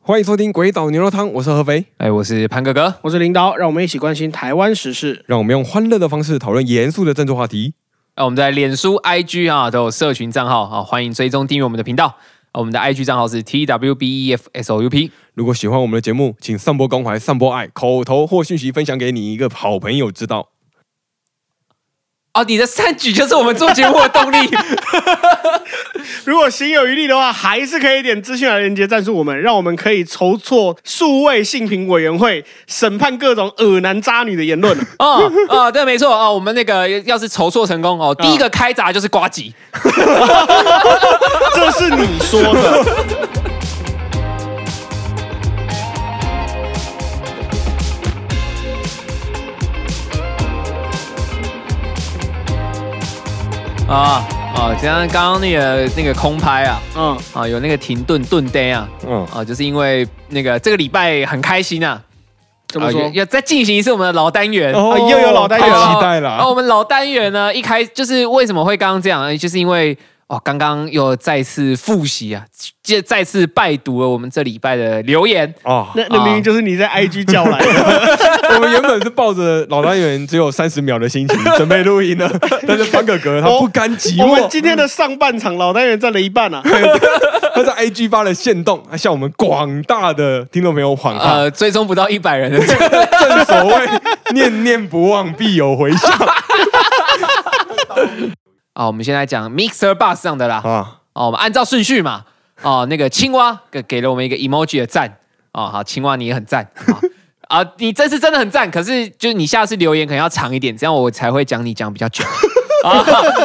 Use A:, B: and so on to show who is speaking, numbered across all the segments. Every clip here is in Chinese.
A: 欢迎收听《鬼岛牛肉汤》，我是合肥，
B: 哎，我是潘哥哥，
C: 我是林导，让我们一起关心台湾时事。
A: 让我们用欢乐的方式讨论严肃的政治话题。
B: 啊，我们在脸书、IG 啊都有社群账号啊，欢迎追踪订阅我们的频道。啊我们的 IG 账号是 E twbefsoup，
A: 如果喜欢我们的节目，请散播关怀、散播爱，口头或讯息分享给你一个好朋友知道。
B: 哦，你的善举就是我们做节目的 动力。
C: 如果心有余力的话，还是可以点资讯来连接赞助我们，让我们可以筹措数位性评委员会审判各种恶男渣女的言 论。
B: 哦哦，对，没错哦，我们那个要是筹措成功哦，
C: 啊
B: 第一个开闸就是瓜吉。
C: 这是你说的。
B: 啊哦，刚刚刚刚那个那个空拍啊
C: 嗯，
B: 啊，有那个停顿顿呆啊
A: 嗯，
B: 啊，就是因为那个这个礼拜很开心啊，
C: 怎么
B: 啊
C: 说？
B: 要要再进行一次我们的老单元
C: 哦又有老单元
A: 太
C: 了哦
A: 期待了
B: 然后、我们老单元呢，一开就是为什么会刚刚这样，就是因为哦，刚刚又再次复习啊，再再次拜读了我们这礼拜的留言。
A: 啊！
C: 那那明明就是你在 IG 叫来的，
A: 我们原本是抱着老单元只有三十秒的心 情准备录音的，但是方哥哥他不甘寂
C: 哦我们
A: 寞，
C: 今天的上半场老单元占了一半啊。
A: 他在 IG 发了限动，他向我们广大的听众朋友喊话：
C: 啊
B: 呃，追踪不到一百人的
A: 正所谓念念不忘，必有回响
B: 啊、我们现在讲 Mixer Bus 上的啦。
A: 啊！
B: 哦，我们按照顺序嘛。哦，那个青蛙给给了我们一个 emoji 的赞。哦，好，青蛙你也很赞。好啊，你这次真的很赞，可是就是你下次留言可能要长一点，这样我才会讲你讲比较久。 啊，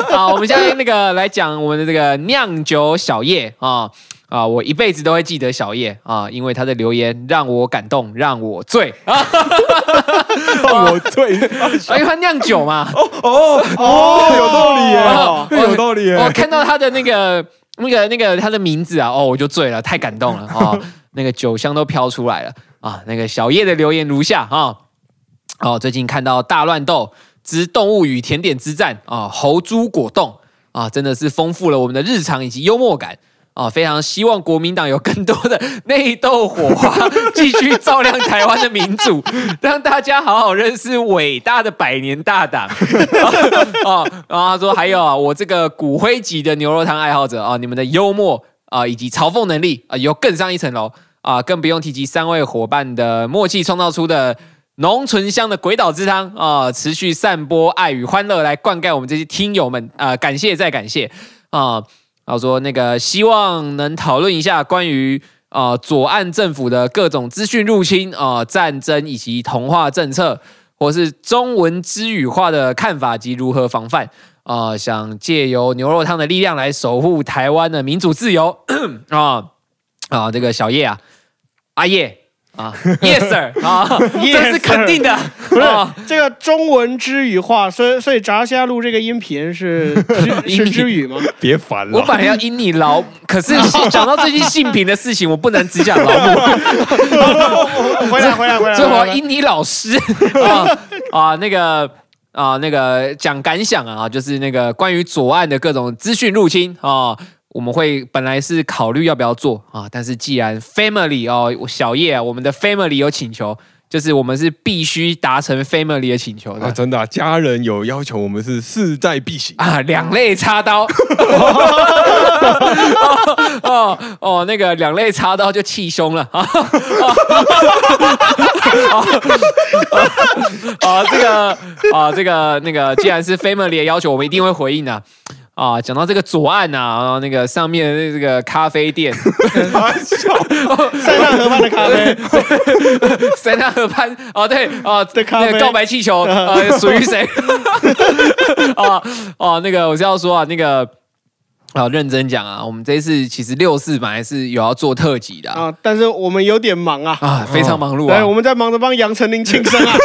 B: 好，我们现在那个来讲我们的这个酿酒小叶啊啊，我一辈子都会记得小叶啊，因为他的留言让我感动，让我醉啊，
A: 让我醉，
B: 因为他酿酒嘛。
A: 哦，有道理
B: 哦
A: 耶，有道理耶。
B: 我看到他的那个、 那个、那个他的名字啊，哦，我就醉了，太感动了哦，那个酒香都飘出来了啊。那个小叶的留言如下啊，哦，最近看到大乱斗之动物与甜点之战啊，猴猪果冻啊，真的是丰富了我们的日常以及幽默感。啊，非常希望国民党有更多的内斗火花， 继续照亮台湾的民主，让大家好好认识伟大的百年大党。 哦，然后他说还有啊，我这个骨灰级的牛肉汤爱好者啊，你们的幽默啊以及嘲讽能力啊，有更上一层楼啊，更不用提及三位伙伴的默契创造出的浓醇香的鬼岛之汤啊，持续散播爱与欢乐来灌溉我们这些听友们啊，感谢再感谢啊。然后说那个希望能讨论一下关于。啊、左岸政府的各种资讯入侵啊、战争以及同化政策，或是中文之语化的看法及如何防范啊、想借由牛肉汤的力量来守护台湾的民主自由 啊啊！这个小叶啊，阿叶啊，Yes sir 啊，这
C: Yes,
B: 是肯定的，
C: 不是
B: 啊
C: 哦这个中文之语化，所以所以咱现在录这个音频是 是是之语吗？
A: 别烦
B: 我
A: 了
B: 本，来要因你劳，可是讲到最近性平的事情，我不能只讲劳模，
C: 回来回来回来，
B: 所以
C: 回
B: 我要
C: 来
B: 因你老师啊啊那个啊那个讲感想啊，就是那个关于左岸的各种资讯入侵啊。我们会本来是考虑要不要做啊，但是既然 family 哦，小叶、啊、我们的 family 有请求，就是我们是必须达成 family 的请求的
A: 啊，真的啊、家人有要求，我们是势在必 行。
B: 啊，两肋插刀。哦哦，那个两肋插刀就气胸了哦啊！啊，哦这个啊，这个那个，既然是 family 的要求，我们一定会回应的。啊，讲到这个左岸呐、啊，然后那个上面的这个咖啡店，啊
A: 啊
C: 塞纳河畔的咖啡，
B: 塞纳河畔哦，对哦，
C: 的咖啡
B: 那个告白气 球呃，属于谁？ 啊哦，那个我是要说啊，那个啊，认真讲啊，我们这一次其实六四本来是有要做特辑的啊，
C: 啊，但是我们有点忙啊。
B: 啊非常忙碌
C: 对，我
B: 啊
C: 们在忙着帮杨丞琳庆生啊！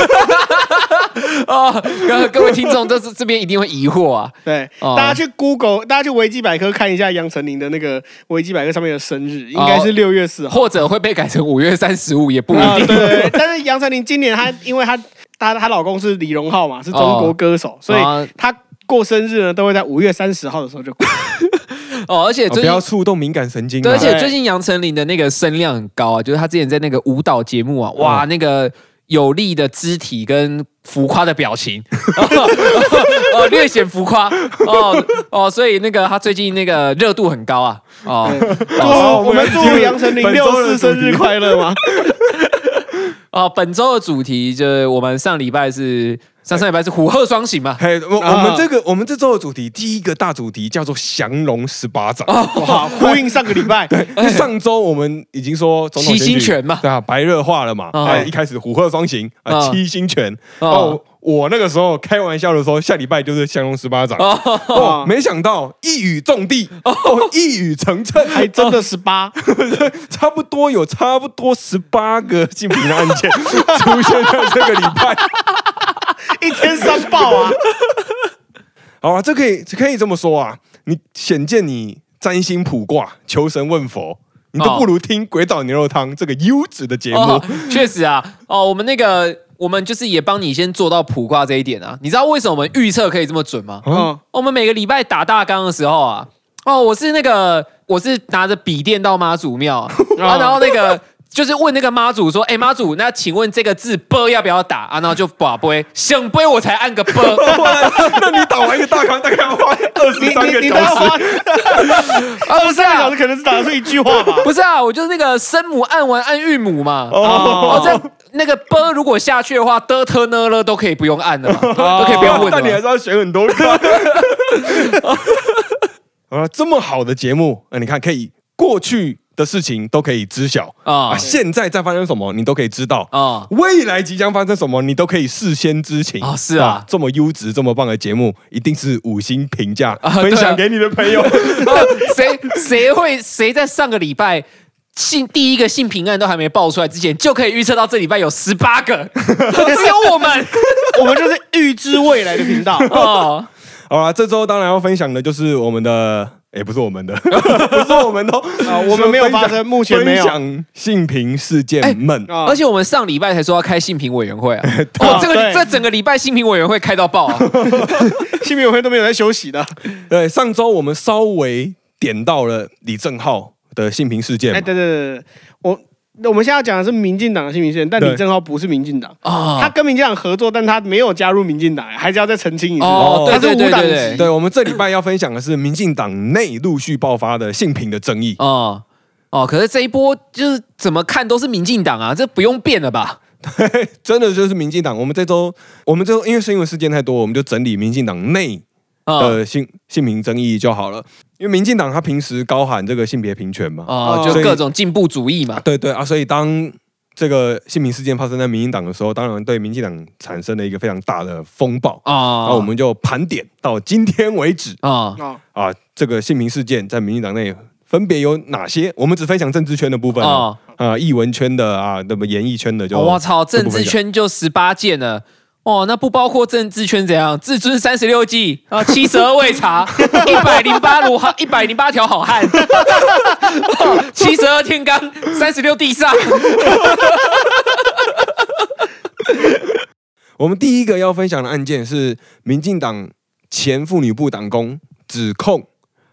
B: 啊，各各位听众，这是这边一定会疑惑啊，
C: 对，
B: 哦
C: 大家去 Google，大家去维基百科看一下杨丞琳的那个维基百科上面的生日，应该是六月四号。
B: 或者会被改成五月三哦十五也不一
C: 啊，对
B: 定。
C: 对对，但是杨丞琳今年她，因为她她她老公是李荣浩嘛，是中国歌手，所以
B: 啊
C: 她过生日呢都会在五月三十号的时候就过。
B: 哦，而且
A: 不
B: 最近
A: 要触动敏感神经嘛。啊
B: 对，而且
C: 对
B: 最近杨丞琳的那个声量很高啊，就是她之前在那个舞蹈节目
A: 嗯
B: 啊，哇，那个有力的肢体跟浮夸的表 情，哦，哦略显浮夸，哦哦，所以那个她最近那个热度很高啊，哦
C: 就是我们祝
A: 进入
C: 杨丞琳
A: 本周
C: 六
A: 的
C: 四
A: 主
C: 生
A: 题
C: 日快乐吗？
B: 哦，本周的主题就是我们上礼拜是上上礼拜是虎鹤双行嘛，
A: 嘿，我
C: 啊
A: 我们这个我们这周的主题第一个大主题叫做降龙十八掌。
B: 哦
C: 哇，呼应上个礼拜，
A: 因为上周我们已经说总统
B: 哎七星
A: 选举
B: 拳嘛
A: 对啊，白热化了嘛。
B: 嗯
A: 哎，一开始虎鹤双形啊，
B: 嗯
A: 七星拳。
B: 嗯
A: 哦，我那个时候开玩笑的说，下礼拜就是降龙十八
B: 啊
A: 掌。哦，没想到一语中的，哦，一语成谶，
C: 还真的十八，
A: 差不多有差不多十八个性平的案件出现在这个礼拜。
C: 一天三爆啊！
A: 好啊，这可以可以这么说啊，你显见你占星卜卦、求神问佛，你都
B: 哦
A: 不如听《鬼岛牛肉汤》这个优质的节目。
B: 哦，确实啊，哦，我们那个我们就是也帮你先做到卜卦这一点啊，你知道为什么我们预测可以这么准吗？
C: 嗯，
B: 我们每个礼拜打大纲的时候啊，哦，我是那个我是拿着笔电到妈祖庙、啊，啊然后那个。就是问那个妈祖说：“哎、妈祖，那请问这个字‘啵’要不要打啊？”然后就把杯想杯我才按个啵。
A: 哦那你打完一个大纲，大概要花二
C: 你
A: 十三
C: 你
A: 个
C: 你都要
A: 小时。
C: 花
B: 啊，不是
C: 三个小
B: 啊
C: 时，，可能只打出一句话吧。
B: 不是啊，我就是那个声母按完按韵母嘛。
C: 哦
B: 哦，这样那个啵如果下去的话，的特呢了都可以不用按的嘛，
C: 哦
B: 都可以不用问的
A: 但你还
B: 嘛。
A: 是要选很多个。啊，这么好的节目，呃、你看可以过去的事情都可以知晓、
B: 啊
A: 啊，现在在发生什么你都可以知道啊，
B: 啊
A: 未来即将发生什么你都可以事先知情
B: 啊是啊
A: 这么优质、这么棒的节目，一定是五星评价、
B: 啊
A: 分
B: 对啊
A: 享给你的朋友。
B: 啊 谁谁会谁在上个礼拜性第一个性平案都还没爆出来之前，就可以预测到这礼拜有十八个，只有我们
C: 我们就是预知未来的频道。
B: 哦
A: 好啦，这周当然要分享的就是我们的。也、不是我们的，不是我们都啊
C: 我们没有发生目前没有
A: 分享性平事件们、
C: 啊
B: 哦而且我们上礼拜才说要开性平委员会啊，
C: 啊
B: 哦，这个
C: 对
B: 这整个礼拜性平委员会开到爆啊，
C: 新民委会都没有在休息的。
A: 对，上周我们稍微点到了李正浩的性平事件嘛
C: 哎，等等等等，我我们现在要讲的是民进党的新民线，但
A: 对
C: 李正浩不是民进党，他
B: 啊
C: 跟民进党合作，但他没有加入民进党，还是要再澄清一次。
B: 哦，对
C: 他是
B: 对对
C: 无党
B: 对对
C: 籍。
A: 对，我们这礼拜要分享的是民进党内陆续爆发的性平的争议。
B: 哦哦，可是这一波就是怎么看都是民进党啊，这不用变了吧？
A: 真的就是民进党，我们这周我们这周因为新闻事件太多，我们就整理民进党内
B: 啊
A: 的性、性平争议就好了。因为民进党他平时高喊这个性别平权嘛，
B: 哦，
A: 所
B: 就
A: 以
B: 各种进步主义嘛，
A: 对对啊，所以当这个性平事件发生在民进党的时候，当然对民进党产生了一个非常大的风暴。
B: 啊
A: 那、我们就盘点到今天为止，
B: 啊
C: 哦，
A: 啊，这个性平事件在民进党内分别有哪些？我们只分享政治圈的部分啊，
B: 啊。
A: 啊，艺文圈的啊，那么演艺圈的就
B: 哦我、操，
A: 就
B: 政
A: 不分
B: 治
A: 享
B: 圈就十八件了。哦，那不包括政治圈怎样？至尊三十六计啊，七十二味 茶，一百零八罗汉，一百零八条好汉， 哦七十二天罡，三十六地煞。
A: 我们第一个要分享的案件是民进党前妇女部党工指控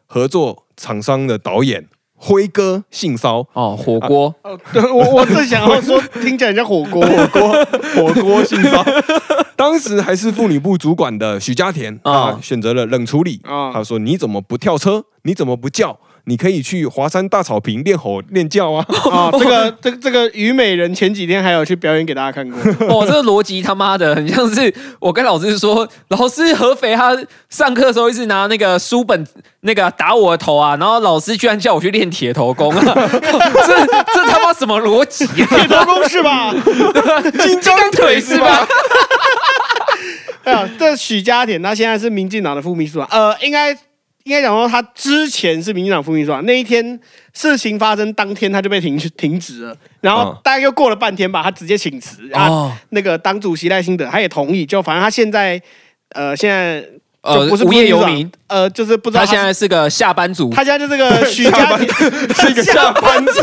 A: 合作厂商的导演辉哥性骚
B: 哦，火 锅
C: 哦对我我正想要说，听起来很像 火锅。
A: 火锅火锅性骚， 当时还是妇女部主管的许家田啊
B: 啊，
A: 选择了冷处理
C: 啊
A: 他说：“你怎么不跳车？你怎么不叫？你可以去华山大草坪练吼练叫啊！”
C: 啊，这个这个这个虞美人前几天还有去表演给大家 看过，
B: 哦，这个逻辑他妈的很像是我跟老师说，老师合肥他上课的时候一直拿那个书本那个打我的头啊，然后老师居然叫我去练铁头功啊， 这这他妈什么逻辑啊？
C: 铁头功是吧？
B: 金刚腿是吧？
C: 哎呀，这许家田他现在是民进党的副秘书长，呃，应该应该讲说他之前是民进党副秘书长，啊那一天事情发生当天他就被停停职了，然后
A: 嗯
C: 大概又过了半天吧，他直接请辞，然后
B: 哦，
C: 那个党主席赖清德他也同意，就反正他现在呃现在
B: 呃
C: 就不是，
B: 无业游
C: 副秘书
B: 民
C: 长，，呃，就是不知道
B: 他现在是个下班族
C: 是他现在就是个许家田，
A: 是一个下班族，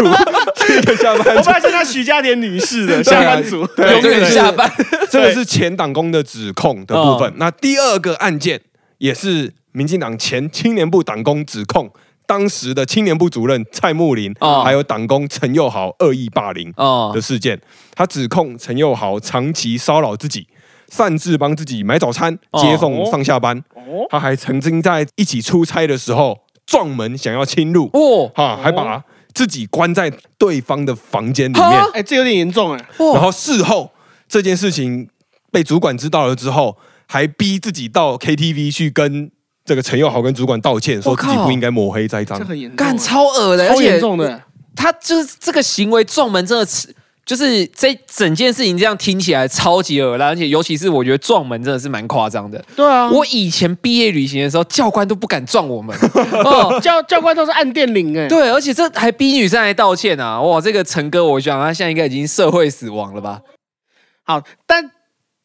A: 是一个下
C: 我
A: 班族
C: 发。现他许家田女士的
A: 对
C: 下
A: 啊
C: 班族，
A: 对
B: 永远
A: 对
B: 下班。
A: 这个是前党工的指控的
B: 嗯
A: 部分。那第二个案件也是民进党前青年部党工指控当时的青年部主任蔡穆林，
B: 哦
A: 还有党工陈佑豪恶意霸凌
B: 哦
A: 的事件。他指控陈佑豪长期骚扰自己，擅自帮自己买早餐、
B: 哦
A: 接送上下班。
C: 哦，
A: 他还曾经在一起出差的时候撞门想要侵入，
B: 哦
A: 哈，还把自己关在对方的房间里面
B: 哈。
C: 哎，这有点严重哎，
A: 然
B: 哦，
A: 后事后这件事情被主管知道了之后，还逼自己到 KTV 去跟这个陈佑豪跟主管道歉，说
B: 我
A: 自
B: 靠
A: 己不应该抹黑栽赃
C: 这。很严重哎，
B: 干超恶的，而
C: 超严
B: 且
C: 重的，
B: 他就是这个行为撞门真的是。就是这整件事情这样听起来超级恶心，而且尤其是我觉得撞门真的是蛮夸张的。
C: 对啊，
B: 我以前毕业旅行的时候，教官都不敢撞我们。哦，
C: 教教官都是按电铃哎，
B: 对，而且这还逼女生来道歉啊！哇，这个陈哥，我想他现在应该已经社会死亡了吧？
C: 好，但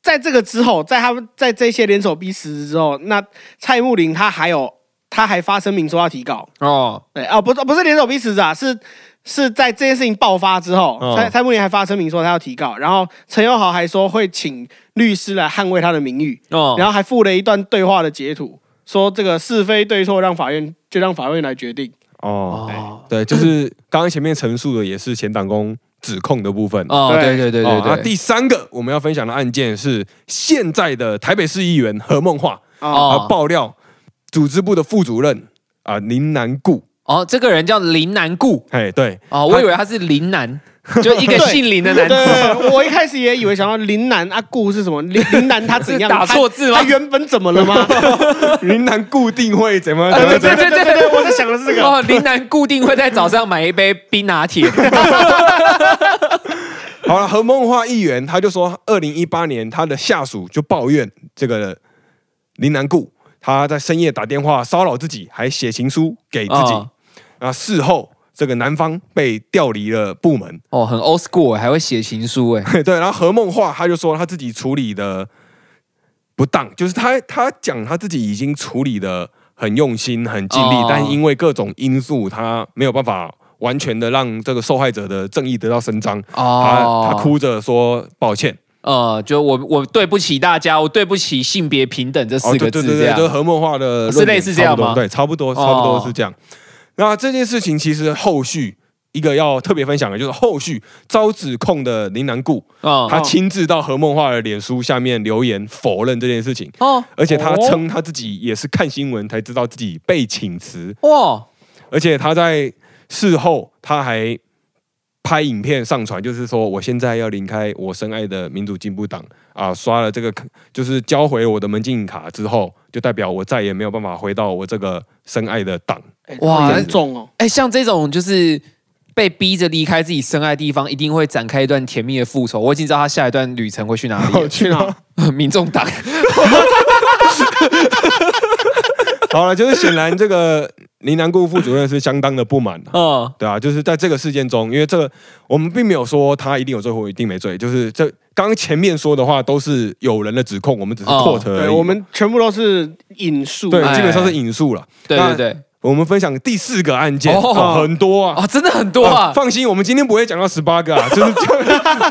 C: 在这个之后，在他们在这些联手逼死之后，那蔡穆林他还有他还发声明说要提告，
B: 哦，
C: 对啊、不是不是联手逼死啊，是是在这件事情爆发之后，
A: 嗯
B: 哦
C: 蔡蔡穆林还发声明说他要提告，然后陈友豪还说会请律师来捍卫他的名誉，
B: 哦，
C: 然后还附了一段对话的截图，说这个是非对错让法院就让法院来决定。
A: 哦，
B: 哦，
A: 对，就是刚刚前面陈述的也是前党工指控的部分。
B: 哦，对
C: 对
B: 对对
A: 哦那
B: 对对，
A: 第三个我们要分享的案件是现在的台北市议员何梦画
C: 哦，
A: 啊
B: 哦
A: 爆料组织部的副主任啊林南固，
B: 哦，这个人叫林南顾
A: 哎，对，
B: 哦，我以为他是林南，就一个姓林的男 子，
C: 对，我一开始也以为想到林南阿顾是什么，林林南他怎 样
B: 打错字吗
C: 他他原本怎么了 吗？
A: 林南固定会怎么怎
B: 啊
A: 么
B: 对
A: 怎
B: 对
A: 么
B: 对对对，
C: 我在想的是这个。
B: 哦，林南固定会在早上买一杯冰拿铁，
A: 好了，何梦华议员他就说，二零一八年他的下属就抱怨这个林南固，他在深夜打电话骚扰自己，还写情书给自己
B: 哦。
A: 啊、事后这个男方被调离了部门。
B: 哦，很 old school，还会写情书哎，
A: 对，然后何梦华他就说他自己处理的不当，就是他他讲他自己已经处理的很用心、很尽力，
B: 哦
A: 但因为各种因素，他没有办法完全的让这个受害者的正义得到伸张。
B: 哦
A: 他，他，哭着说抱歉。
B: 呃，就我我对不起大家，我对不起性别平等这四
A: 哦，对
B: 个
A: 对
B: 字
A: 对
B: 这
A: 对，
B: 样哦
A: 就是，何梦画的论
B: 是类
A: 点
B: 似
A: 差
B: 这样
A: 不多
B: 吗
A: 对，差不多，
B: 哦
A: 差不多是这样。那这件事情其实后续一个要特别分享的，就是后续遭指控的林南固，
B: 嗯
A: 他亲自到何梦画的脸书下面留言否认这件事情，
B: 哦，
A: 而且他
C: 哦
A: 称他自己也是看新闻才知道自己被请辞，
B: 哦哇，
A: 而且他在事后他还。拍影片上传，就是说我现在要离开我深爱的民主进步党啊！刷了这个，就是交回我的门禁卡之后，就代表我再也没有办法回到我这个深爱的党。，
B: 哇
C: 哇，严重哦！
B: 哎，像这种就是被逼着离开自己深爱的地方，一定会展开一段甜蜜的复仇。我已经知道他下一段旅程会去哪里了
A: 去
C: 啊
A: 哪？
B: 民众党。
A: 好了，就是显然这个林南固副主任是相当的不满啊
B: 嗯，
A: 对啊，就是在这个事件中，因为这个我们并没有说他一定有罪或一定没罪，就是这刚刚前面说的话都是有人的指控，我们只是
B: 哦
A: quote 而已
C: 对，我们全部都是引述，
A: 对
B: 哎
A: 基本上是引述了。
B: 对
A: 那
B: 对对，
A: 我们分享第四个案件，
B: 哦
A: 哦很多啊。
B: 哦，真的很多
A: 啊
B: 啊。
A: 放心，我们今天不会讲到十八个啊， 就是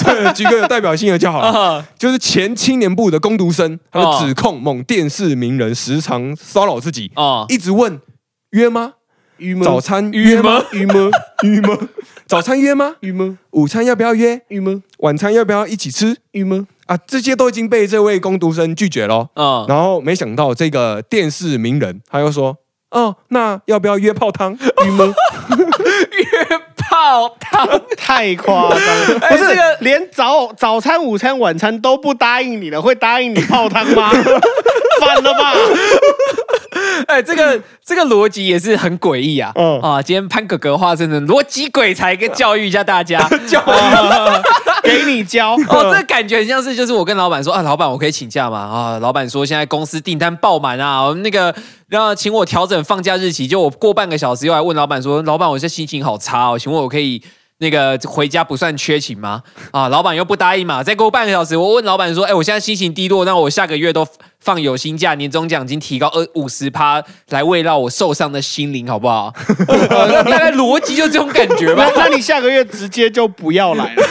A: 对，举个有代表性的就好了。
B: 啊，
A: 就是前青年部的工读生，他
B: 哦
A: 就指控某电视名人时常骚扰自己，
B: 哦，
A: 一直问约吗？
C: 郁
B: 嗯
C: 闷，
A: 早餐约吗？
C: 郁闷，
A: 约吗？早餐约吗？
C: 郁闷，
A: 午餐要不要约？
C: 郁闷，
A: 晚餐要不要一起吃
C: 郁闷，
A: 啊？这些都已经被这位工读生拒绝了。
B: 嗯，
A: 然后没想到这个电视名人他又说：“哦，那要不要约泡 汤？
C: 郁闷，
B: 泡汤，
C: 太夸张了！
B: 哎
C: 不是
B: 这个
C: 连早早餐、午餐、晚餐都不答应你了，会答应你泡汤吗？ 反了吧！
B: 哎，这个这个逻辑也是很诡异啊。
A: 嗯
B: 啊，今天潘哥哥化身成逻辑鬼才，跟教育一下大家。
A: 叫
C: 给你教，
B: 哦，这个感觉很像是，就是我跟老板说啊，老板我可以请假吗？啊，老板说现在公司订单爆满啊，我们那个要请我调整放假日期，就我过半个小时又来问老板说，老板我现在心情好差哦，请问我可以那个回家不算缺勤吗？啊，老板又不答应嘛，再过半个小时我问老板说，哎，我现在心情低落，那我下个月都放有薪假，年终奖金提高二五十趴来慰劳我受伤的心灵，好不好？ 呃大概逻辑就这种感觉吧
C: 那。那你下个月直接就不要来了。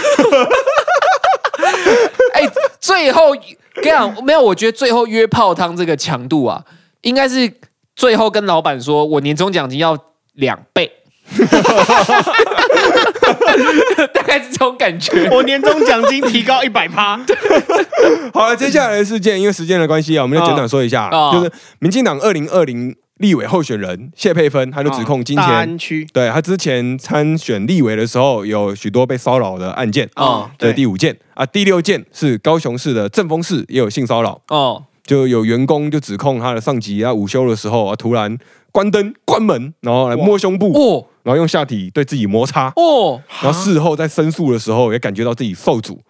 B: 哎、最后跟你讲，没有，我觉得最后约泡汤这个强度啊，应该是最后跟老板说，我年终奖金要两倍， 大概是这种感觉。
C: 我年终奖金提高一百趴，
A: 好了，接下来的事件，因为时间的关系啊，我啊们就简短说一下，
B: 哦
A: 就是民进党二零二零立委候选人谢佩芬，他就指控金
C: 大
A: 钱。
C: 安区
A: 对他之前参选立委的时候，有许多被骚扰的案件啊，
B: 哦
A: 这是第五件啊，第六件是高雄市的正丰市也有性骚扰，
B: 哦，
A: 就有员工就指控他的上级啊午休的时候啊突然关灯关门，然后来摸胸部，
B: 哦
A: 然后用下体对自己摩擦，
B: 哦，
A: 然后事后在申诉的时候也感觉到自己受阻，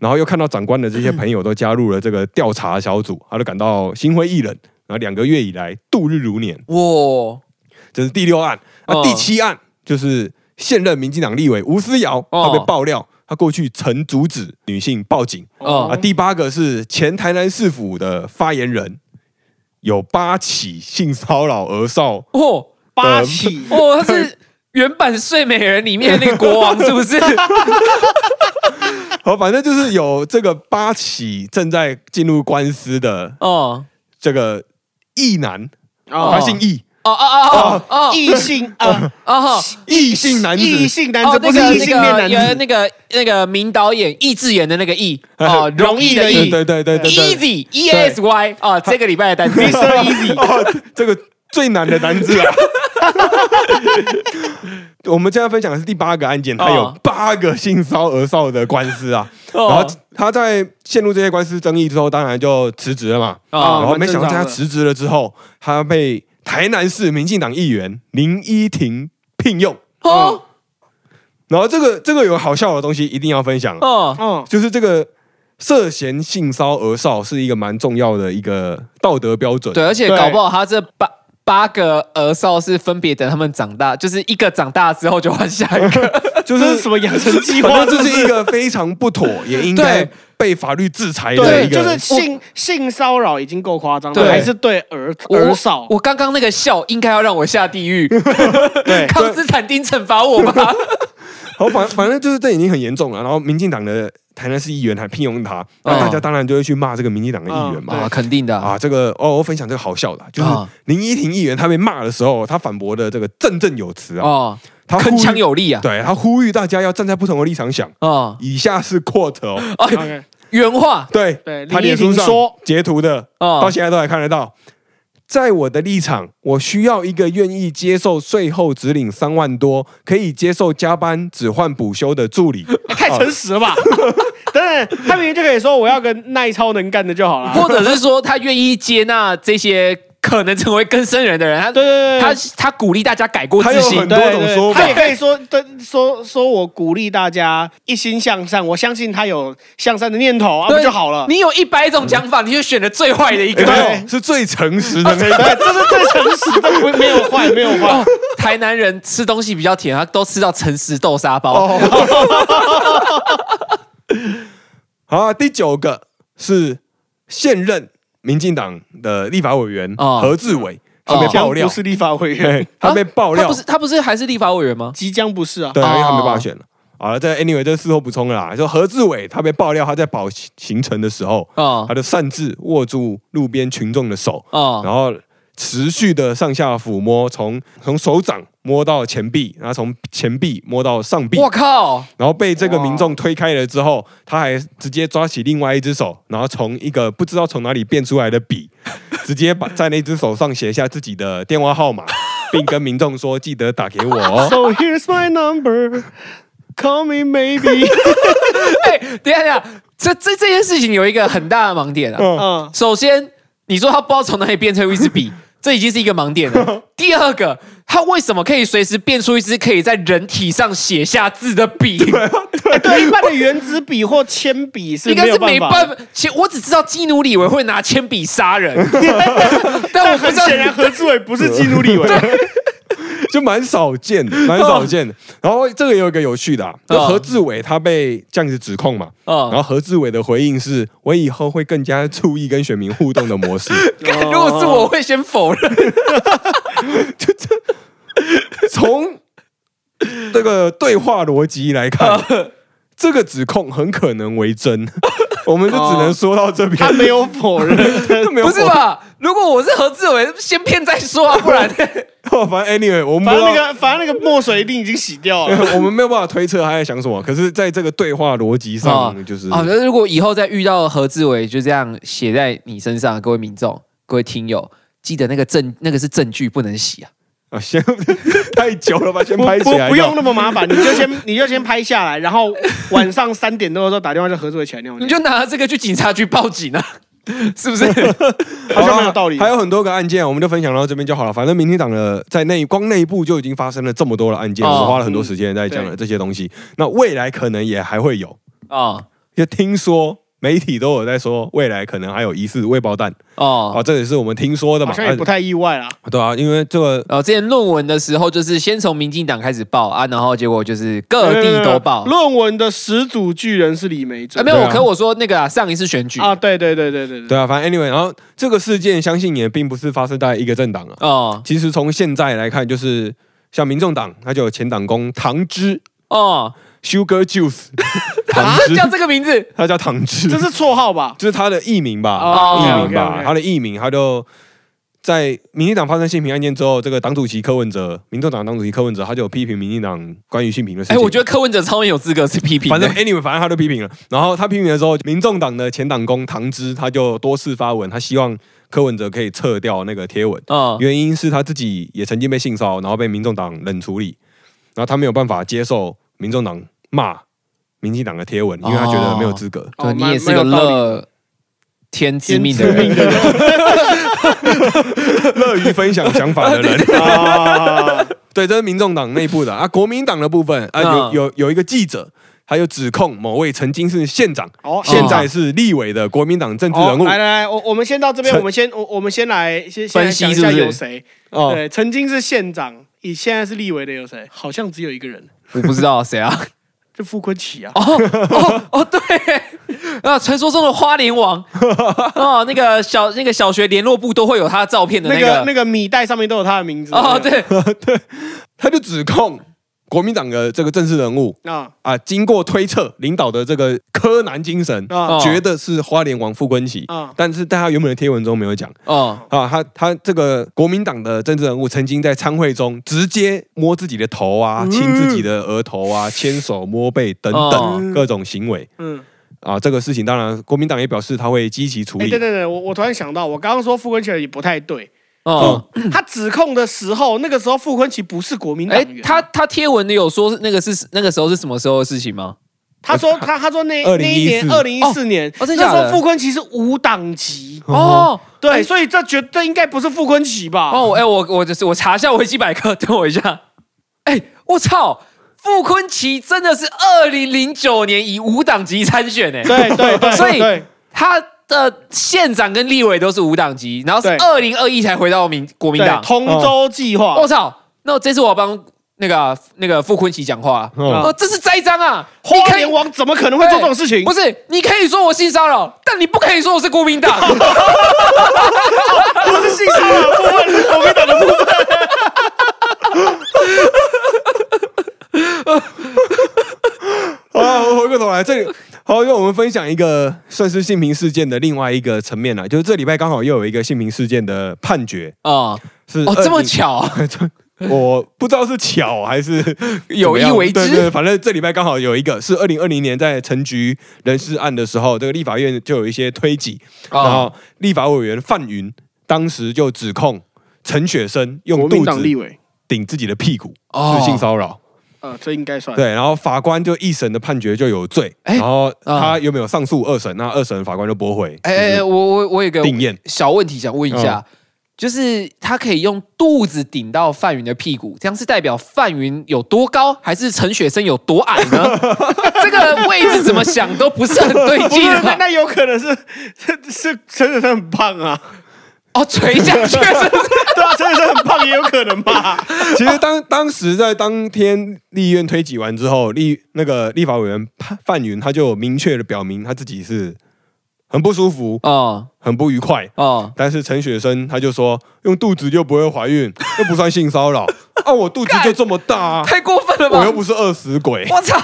A: 然后又看到长官的这些朋友都加入了这个调查小组，他就感到心灰意冷。然后两个月以来度日如年，
B: 哇
A: 这是第六案。啊，
B: 哦
A: 第七案就是现任民进党立委吴思瑶，
B: 哦
A: 他被爆料，他过去曾阻止女性报警。
B: 哦
A: 啊，第八个是前台南市府的发言人，有八起性骚扰儿少
B: 哦
C: 八起，
B: 哦，他是原版《睡美人》里面的那个国王，是不是？
A: 好，反正就是有这个八起正在进入官司的
B: 哦
A: 这个异男，
C: 哦
A: 他姓异，
B: 哦哦哦哦
C: 异性啊，
B: 哦。
A: 异性男子，
C: 异性男
B: 哦
C: 子，
B: 那
C: 不是
B: 个
C: 异性
B: 那
C: 恋
B: 个有
C: 男子，
B: 那个那个名导演易智言的那个易 哦，容易的
A: 对
C: 容
B: 易
C: 易
A: 对对 对对对
B: ，easy e s y 哦，这个礼拜的单词
C: Mr. Easy
A: 哦，这个最难的单字啊。 我们现在分享的是第八个案件，它有
B: 哦
A: 八个性骚儿少的官司啊。
B: 哦
A: 然后他在陷入这些官司争议之后，当然就辞职了嘛。
B: 哦
A: 然后没想到
C: 蛮正
A: 在
C: 常
A: 他
C: 的
A: 辞职了之后，他被台南市民进党议员林依婷聘用。
B: 哦
A: 然后这个这个有好笑的东西一定要分享，
B: 哦
C: 哦，
A: 就是这个涉嫌性骚儿少是一个蛮重要的一个道德标准。
B: 对，而且
C: 对
B: 搞不好他这八八个儿少是分别等他们长大，就是一个长大之后就换下 一个。
A: 就
C: 这
A: 是
C: 是什么养成计划？
A: 反正这是一个非常不妥，也应该
B: 对
A: 被法律制裁的
C: 对，
A: 一个。
C: 就是性性骚扰已经够夸张
B: 对
C: 了，还是对儿
B: 我
C: 儿少
B: 我刚刚那个笑应该要让我下地狱，
C: 对
B: 康斯坦丁惩罚我吧。
A: 好，反反正就是这已经很严重了。然后民进党的台南市议员还聘用他，那大家当然就会去骂这个民进党的议员嘛。
C: 嗯
A: 啊
C: 哦对
B: 肯定的
A: 啊，这个哦，我分享这个好笑的啊，就是
B: 啊
A: 林依婷议员他被骂的时候，他反驳的这个振振有词啊，
B: 哦，
A: 他呼
B: 铿锵
A: 吁，
B: 有力啊。
A: 对他呼吁大家要站在不同的立场想。
B: 哦
A: 以下是 quote 哦，
B: 哦，
C: ，OK，
B: 原 话
A: 对，
C: 对林
A: 他脸
C: 依
A: 书
C: 婷
A: 上
C: 说嗯
A: 截图的，
B: 哦
A: 到现在都还看得到。在我的立场，我需要一个愿意接受税后只领三万多，可以接受加班只换补休的助理。 啊
C: 太诚实了吧？等等，他明明就可以说我要个耐操能干的就好了。
B: 或者是说他愿意接纳这些可能成为更生人的人，他
C: 对对对
B: 他
C: 对，
B: 他鼓励大家改过
A: 他
B: 自
A: 有
B: 新
A: 很多种说法
C: 他也可以说，对，说说我鼓励大家一心向上，我相信他有向善的念头，啊，不
B: 对
C: 就好了？
B: 你有一百种讲法，你就选了最坏的一
A: 哎
B: 个。
A: 没有，是最诚实的那一个。
C: 对，这啊是最 诚实的，没没有坏，没有坏
B: 哦。，台南人吃东西比较甜，他都吃到诚实豆沙包。
A: 哦， 好啊，第九个是现任民进党的立法委员
B: 哦
A: 何志伟，他被
B: 哦
A: 爆料
C: 啊不，是啊立法委员，
A: 嘿他被爆
B: 啊他
A: 料
B: 不，是他不是还是立法委员吗？
C: 即将不是啊。
A: 对，因为他没
B: 哦
A: 办法选了。好了，这 anyway 这事后补充了啦。就何志伟他被爆料，他在跑行行程的时候，
B: 哦
A: 他就擅自握住路边群众的手，
B: 哦
A: 然后持续的上下抚摸，从从手掌摸到前臂，然后从前臂摸到上臂，
B: 我靠！
A: 然后被这个民众推开了之后，他还直接抓起另外一只手，然后从一个不知道从哪里变出来的笔， 直接把在那只手上写下自己的电话号码，并跟民众说记得打给我哦。
C: So here's my number, call me maybe 。
B: 哎，等一下等一下，这这这件事情有一个很大的盲点啊。
A: 嗯
C: 嗯，
B: 首先，你说他不知道从哪里变成一 支笔，这已经是一个盲点了。第二个，他为什么可以随时变出一支可以在人体上写下字的笔？
C: 哎对，一般的原子笔或铅笔是
B: 应该
C: 没
B: 是
C: 有
B: 没
C: 办法
B: 办
C: 的。
B: 法，其我只知道基努里维会拿铅笔杀人， 但我
C: 但
B: 不
C: 很
B: 知道
C: 显然，何志伟不是基努里维。
A: 就蛮少见的，蛮少见的。然后这个也有一个有趣的、啊，就
B: 嗯
A: 何志伟他被这样子指控嘛，然后
B: 嗯，
A: 何志伟的回应是：我以后会更加注意跟选民互动的模式。
B: 干如果是我，我会先否认。
A: 从这个对话逻辑来看，这个指控很可能为真， 我们就只能说到这边。
C: 他没有否认，
A: 都没有
B: 不是吧？如果我是何志伟，先骗再说啊，不 然
A: 我？哦反正 anyway，我们不
C: 反
A: 知
C: 正
A: 道
C: 那个反正那个墨水一定已经洗掉了。
A: 我们没有办法 推测他在想什么，可是在这个对话逻辑上，就是
B: 哦，那如果以后再遇到何志伟，就这样写在你身上，各位民众、各位听友，记得那个证，那个是证据，不能洗啊。
A: 啊，先 太久了吧，先
C: 不
A: 拍起
C: 不
A: 来。
C: 不用那么麻烦，你就先你就先拍下来，然后晚上三点多的时候打电话叫何志伟起来尿
B: 你
C: 尿。
B: 就拿这个去警察局报警啊，是 不是？
A: 好
C: 好
A: 啦
C: 像蛮有道理的
A: 还有很多个案件，我们就分享到这边就好了。反正民进党的在内光内部就已经发生了这么多的案件，
B: 哦
A: 我们花了很多时间在讲了这些东西。那未来可能也还会有，
B: 哦
A: 就听说媒体都有在说，未来可能还有疑似未爆弹
B: 哦
A: 啊，这也是我们听说的
C: 好
A: 嘛。
C: 像也不
A: 啊
C: 太意外啦，
A: 对啊，因为这个
B: 然后哦之前论文的时候，就是先从民进党开始报啊，然后结果就是各
C: 没有没有
B: 地
C: 没有
B: 都报。
C: 论文的始祖巨人是李梅
B: 啊，
C: 珍
B: 没有，
A: 对
B: 我
A: 啊
B: 可我说那个啊，上一次选举
C: 啊，对对对对对对，
A: 对啊，反正 anyway，然后这个事件相信也并不是发生在一个政党啊。
B: 哦
A: 其实从现在来看，就是像民众党，它就有前党工糖汁
B: 哦，
A: （Sugar Juice），糖
B: 啊
A: 汁，
B: 叫这个名 字
A: 它叫糖汁，
C: 这是绰号吧？
A: 就是他的艺名吧，
C: 哦
A: 艺名
C: OK，OK，OK
A: 吧，他的艺名，他就在民进党发生性平案件之后，这个党主席柯文哲，民众党党主席柯文哲，他就有批评民进党关于性平的事
B: 哎、
A: 情。
B: 我觉得柯文哲超有资格是批评的，
A: 反正 anyway，反正他都批评了。然后他批评的时候，民众党的前党工唐之他就多次发文，他希望柯文哲可以撤掉那个贴文，
B: 哦
A: 原因是他自己也曾经被性骚扰，然后被民众党冷处理，然后他没有办法接受民众党骂民进党的贴文，因为他觉得没有资格。
B: 对
C: 哦
B: 你
C: 蛮
B: 也是个
C: 蛮有道理的
B: 乐天知命的人，
A: 乐于分享想法的人。
C: 啊，
A: 对，这是民众党内部的啊。国民党的部分啊，有
B: 嗯
A: 有有一个记者，他就指控某位曾经是县长，
C: 哦
A: 现在是立委的国民党政治人
C: 好
A: 物
C: 来来来，我我们先到这边，
A: 陈
C: 我们先我我们先来先先来
B: 分析
C: 讲一
B: 是
C: 下
B: 不是
C: 有谁？
A: 哦，
C: 对，曾经是县长，以现在是立委的有谁？好像只有一个人，
B: 我不知道谁啊。
C: 就傅昆萁啊。
B: 哦哦，对， 啊，传说中的花莲 王，哦，那个小那个小学联络部都会有他的照片的
C: 那
B: 那
C: 个
B: 个，
C: 那个米袋上面都有他的名字。
B: 哦，对，
A: 他就指控国民党的这个政治人物
C: 啊
A: 啊，经过推测，领导的这个柯南精神，
C: 啊
A: 觉得是花莲王傅昆萁，
C: 啊！
A: 但是在他原本的贴文中没有讲。
B: 哦
A: 啊，他他这个国民党的政治人物曾经在参会中直接摸自己的头
C: 嗯
A: 啊，亲自己的额头 啊，牵手摸背等等
B: 哦
A: 各种行为
C: 嗯，
A: 啊。这个事情当然，国民党也表示他会积极处
C: 哎，
A: 理
C: 等等。等，我我突然想到，我刚刚说傅昆萁也不太对。
B: 哦，
C: 他指控的时候，那个时候傅昆萁不是国民党
B: 哎、
C: 员。
B: 他他贴文的有说那个是那个时候是什么时候的事情吗？
C: 他说他他说那那一年
A: 2014
C: 二零一四年，
B: 哦
C: 那
B: 真
C: 时
B: 假的
C: 候傅昆萁是无党籍。
B: 哦
C: 对，所以这绝对应该不是傅昆萁吧？
B: 哦，哎、我我就是我查一下维基百科，等我一下。哎、我操，傅昆奇真的是二零零九年以无党籍参选哎、
C: 对对 对，
B: 所以
C: 对
B: 他的县长跟立委都是无党籍，然后是
C: 对
B: 二零二一才回到民国民
C: 对
B: 党。
C: 同舟计划
B: 我，操！那我这次我要帮那个啊那个傅昆奇讲话啊、
A: 嗯
B: 哦，这是栽赃啊！你
C: 花
B: 可以
C: 莲王怎么可能会做这种事情
B: 不？是，你可以说我性骚扰，但你不可以说我是国民 党。
C: 不是啊性骚 扰部分，是国民党的部分。
A: 好啊，我回过头来，这里好让我们分享一个算是性平事件的另外一个层面了，就是这礼拜刚好又有一个性平事件的判决
B: 哦
A: 是
B: 哦，这么
A: 20
B: 巧啊、
A: 我不知道是巧还是
B: 有意为之
A: 怎么样对对，反正这礼拜刚好有一个是二零二零年在陈局人事案的时候，这个立法院就有一些推挤，
B: 哦
A: 然后立法委员范云当时就指控陈雪生用肚子
C: 委，
A: 顶自己的屁股
B: 哦
A: 是性骚扰，
C: 呃，这应该算。
A: 对，然后法官就一审的判决就有罪，
B: 哎
A: 然后他有没有上诉二审？那二审法官就驳回，
B: 哎哎哎，我我我有个
A: 定验嗯
B: 小问题想问一下，就是他可以用肚子顶到范云的屁股，这样是代表范云有多高，还是陈雪生有多矮 呢？这个位置怎么想都不是很对
C: 不是
B: 劲，
C: 那
B: 啊！
C: 那有可能是是是陈水生很胖啊，
B: 哦，垂下去是不是？
C: 对啊，陈水生很胖也有可能吧。
A: 其实当当时在当天立院推举完之后，立那个立法委员范范云他就有明确的表明他自己是很不舒服、
B: 哦
A: 很不愉快。
B: 哦，
A: 但是陈雪生他就 说用肚子就不会怀孕，又不算性骚扰啊！我肚子就这么大、啊，
B: 太过分了吧
A: 我又？不是饿死鬼，
B: 我操！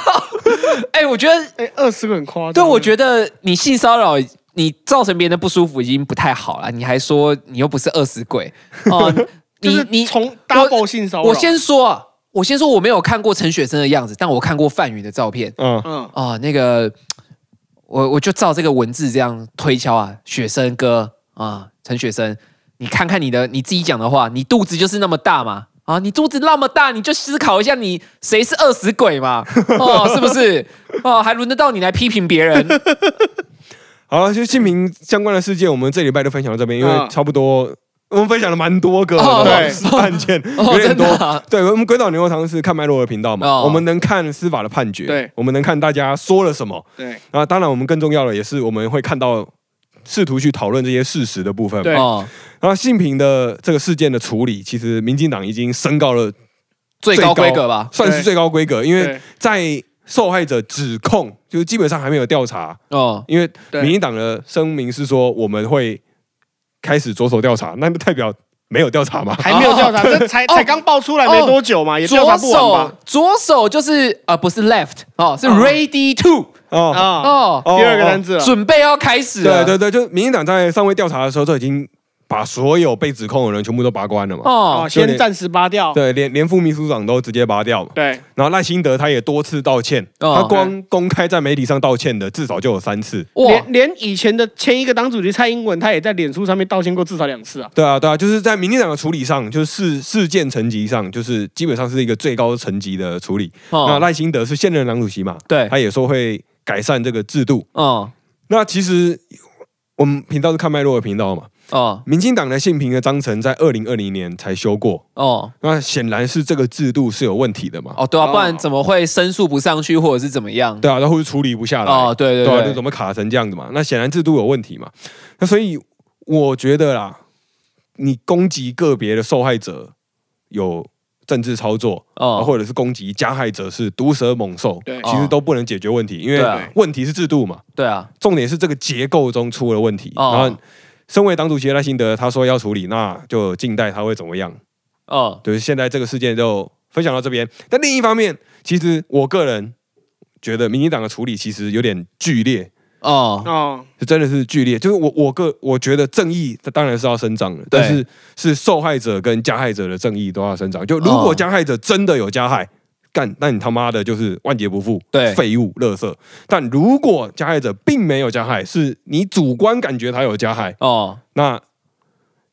B: 哎，我觉得
C: 哎，二十个很夸张。
B: 对，我觉得你性骚扰，你造成别人的不舒服已经不太好了，你还说你又不是饿死鬼 哦、
C: 就
B: 你
C: 是
B: 你
C: 从 double 性骚扰，
B: 我先说啊，我先说我没有看过陈雪生的样子，但我看过范宇的照片
A: 嗯，
C: 嗯，
B: 哦、那个我我就照这个文字这样推敲啊，雪生哥啊，陈、雪生，你看看你的你自己讲的话，你肚子就是那么大嘛。啊，你肚子那么大，你就思考一下你，谁是饿死鬼嘛？哦，是不 是？哦，还轮得到你来批评别人？
A: 好了，就性平相关的事件，我们这礼拜就分享到这边，因为
C: 嗯
A: 差不多。我们分享了蛮多个
B: 哦
A: 的
C: 对
A: 司法 案件，
B: 哦，
A: 有点
B: 真的
A: 多。
B: 啊、
A: 对我们鬼岛牛肉汤是看麦洛的频道嘛，
B: 哦
A: 我们能看司法的判决，
C: 对，
A: 我们能看大家说了什么。
C: 对
A: 那当然，我们更重要的也是我们会看到试图去讨论这些事实的部分嘛。
C: 对
B: 哦，
A: 然后性平的这个事件的处理，其实民进党已经升高了，
B: 最高规格吧？
A: 算是
C: 对
A: 最高规格，因为
C: 对
A: 在受害者指控，就是基本上还没有调查，
B: 哦，
A: 因为
C: 对
A: 民进党的声明是说我们会开始着手调查，那代表没有调查吗？
C: 还没有调查，这
A: 哦
C: 才才刚爆出来没多久嘛，也调查
B: 左
C: 不完
B: 手
C: 吧？
B: 左手就是呃不是 left 哦，是
C: 哦
B: ready to
A: 哦，
C: 啊，
B: 哦，啊
A: 哦
C: 第二个单字了，
B: 准备要开始
A: 对
B: 了。
A: 对对，就民进党在尚未调查的时候，就已经把所有被指控的人全部都拔关了嘛。
C: 哦，
B: 哦，
C: 先暂时扒掉，
A: 对，连连副秘书长都直接拔掉嘛。
C: 对
A: 然后赖清德他也多次道歉，
B: 哦
A: 他光公开在媒体上道歉的至少就有三次。
B: 哇
C: 连连以前的前一个党主席蔡英文，他也在脸书上面道歉过至少两次啊。
A: 对啊，对啊，就是在民进党的处理上，就是事事件层级上，就是基本上是一个最高层级的处理。那
B: 哦，
A: 赖清德是现任党主席嘛，
B: 对，
A: 他也说会改善这个制度。
B: 哦
A: 那其实我们频道是看脉络的频道嘛，
B: 哦
A: 民进党的性平的章程在二零二零年才修过，
B: 哦
A: 那显然是这个制度是有问题的嘛。
B: 哦，对啊，
C: 哦
B: 不然怎么会申诉不上去，或者是怎么样？
A: 对啊，然后就处理不下来。
B: 哦，
A: 对啊，
B: 对
A: 就
B: 对对，
A: 怎么卡成这样子嘛？那显然制度有问题嘛。那所以我觉得啦，你攻击个别的受害者有政治操作，啊
B: 哦，
A: 或者是攻击加害者是毒蛇猛兽，
C: 对
A: 其实
B: 哦
A: 都不能解决问题，因
B: 对
A: 为
B: 啊
A: 问题是制度嘛。
B: 对啊，
A: 重点是这个结构中出了问题。
B: 哦
A: 然后，身为党主席的赖幸德他说要处理，那就静待他会怎么样。
B: 哦
A: 就是现在这个事件就分享到这边。但另一方面，其实我个人觉得民进党的处理其实有点剧烈。
B: 哦
C: 哦，
A: 是真的是剧烈，就是我我个我觉得正义它当然是要伸张的，
B: 对
A: 但是是受害者跟加害者的正义都要伸张。就如果
B: 哦
A: 加害者真的有加害，干，那你他妈的就是万劫不复，
B: 对
A: 废物、垃圾。但如果加害者并没有加害，是你主观感觉他有加害，
B: 哦
A: 那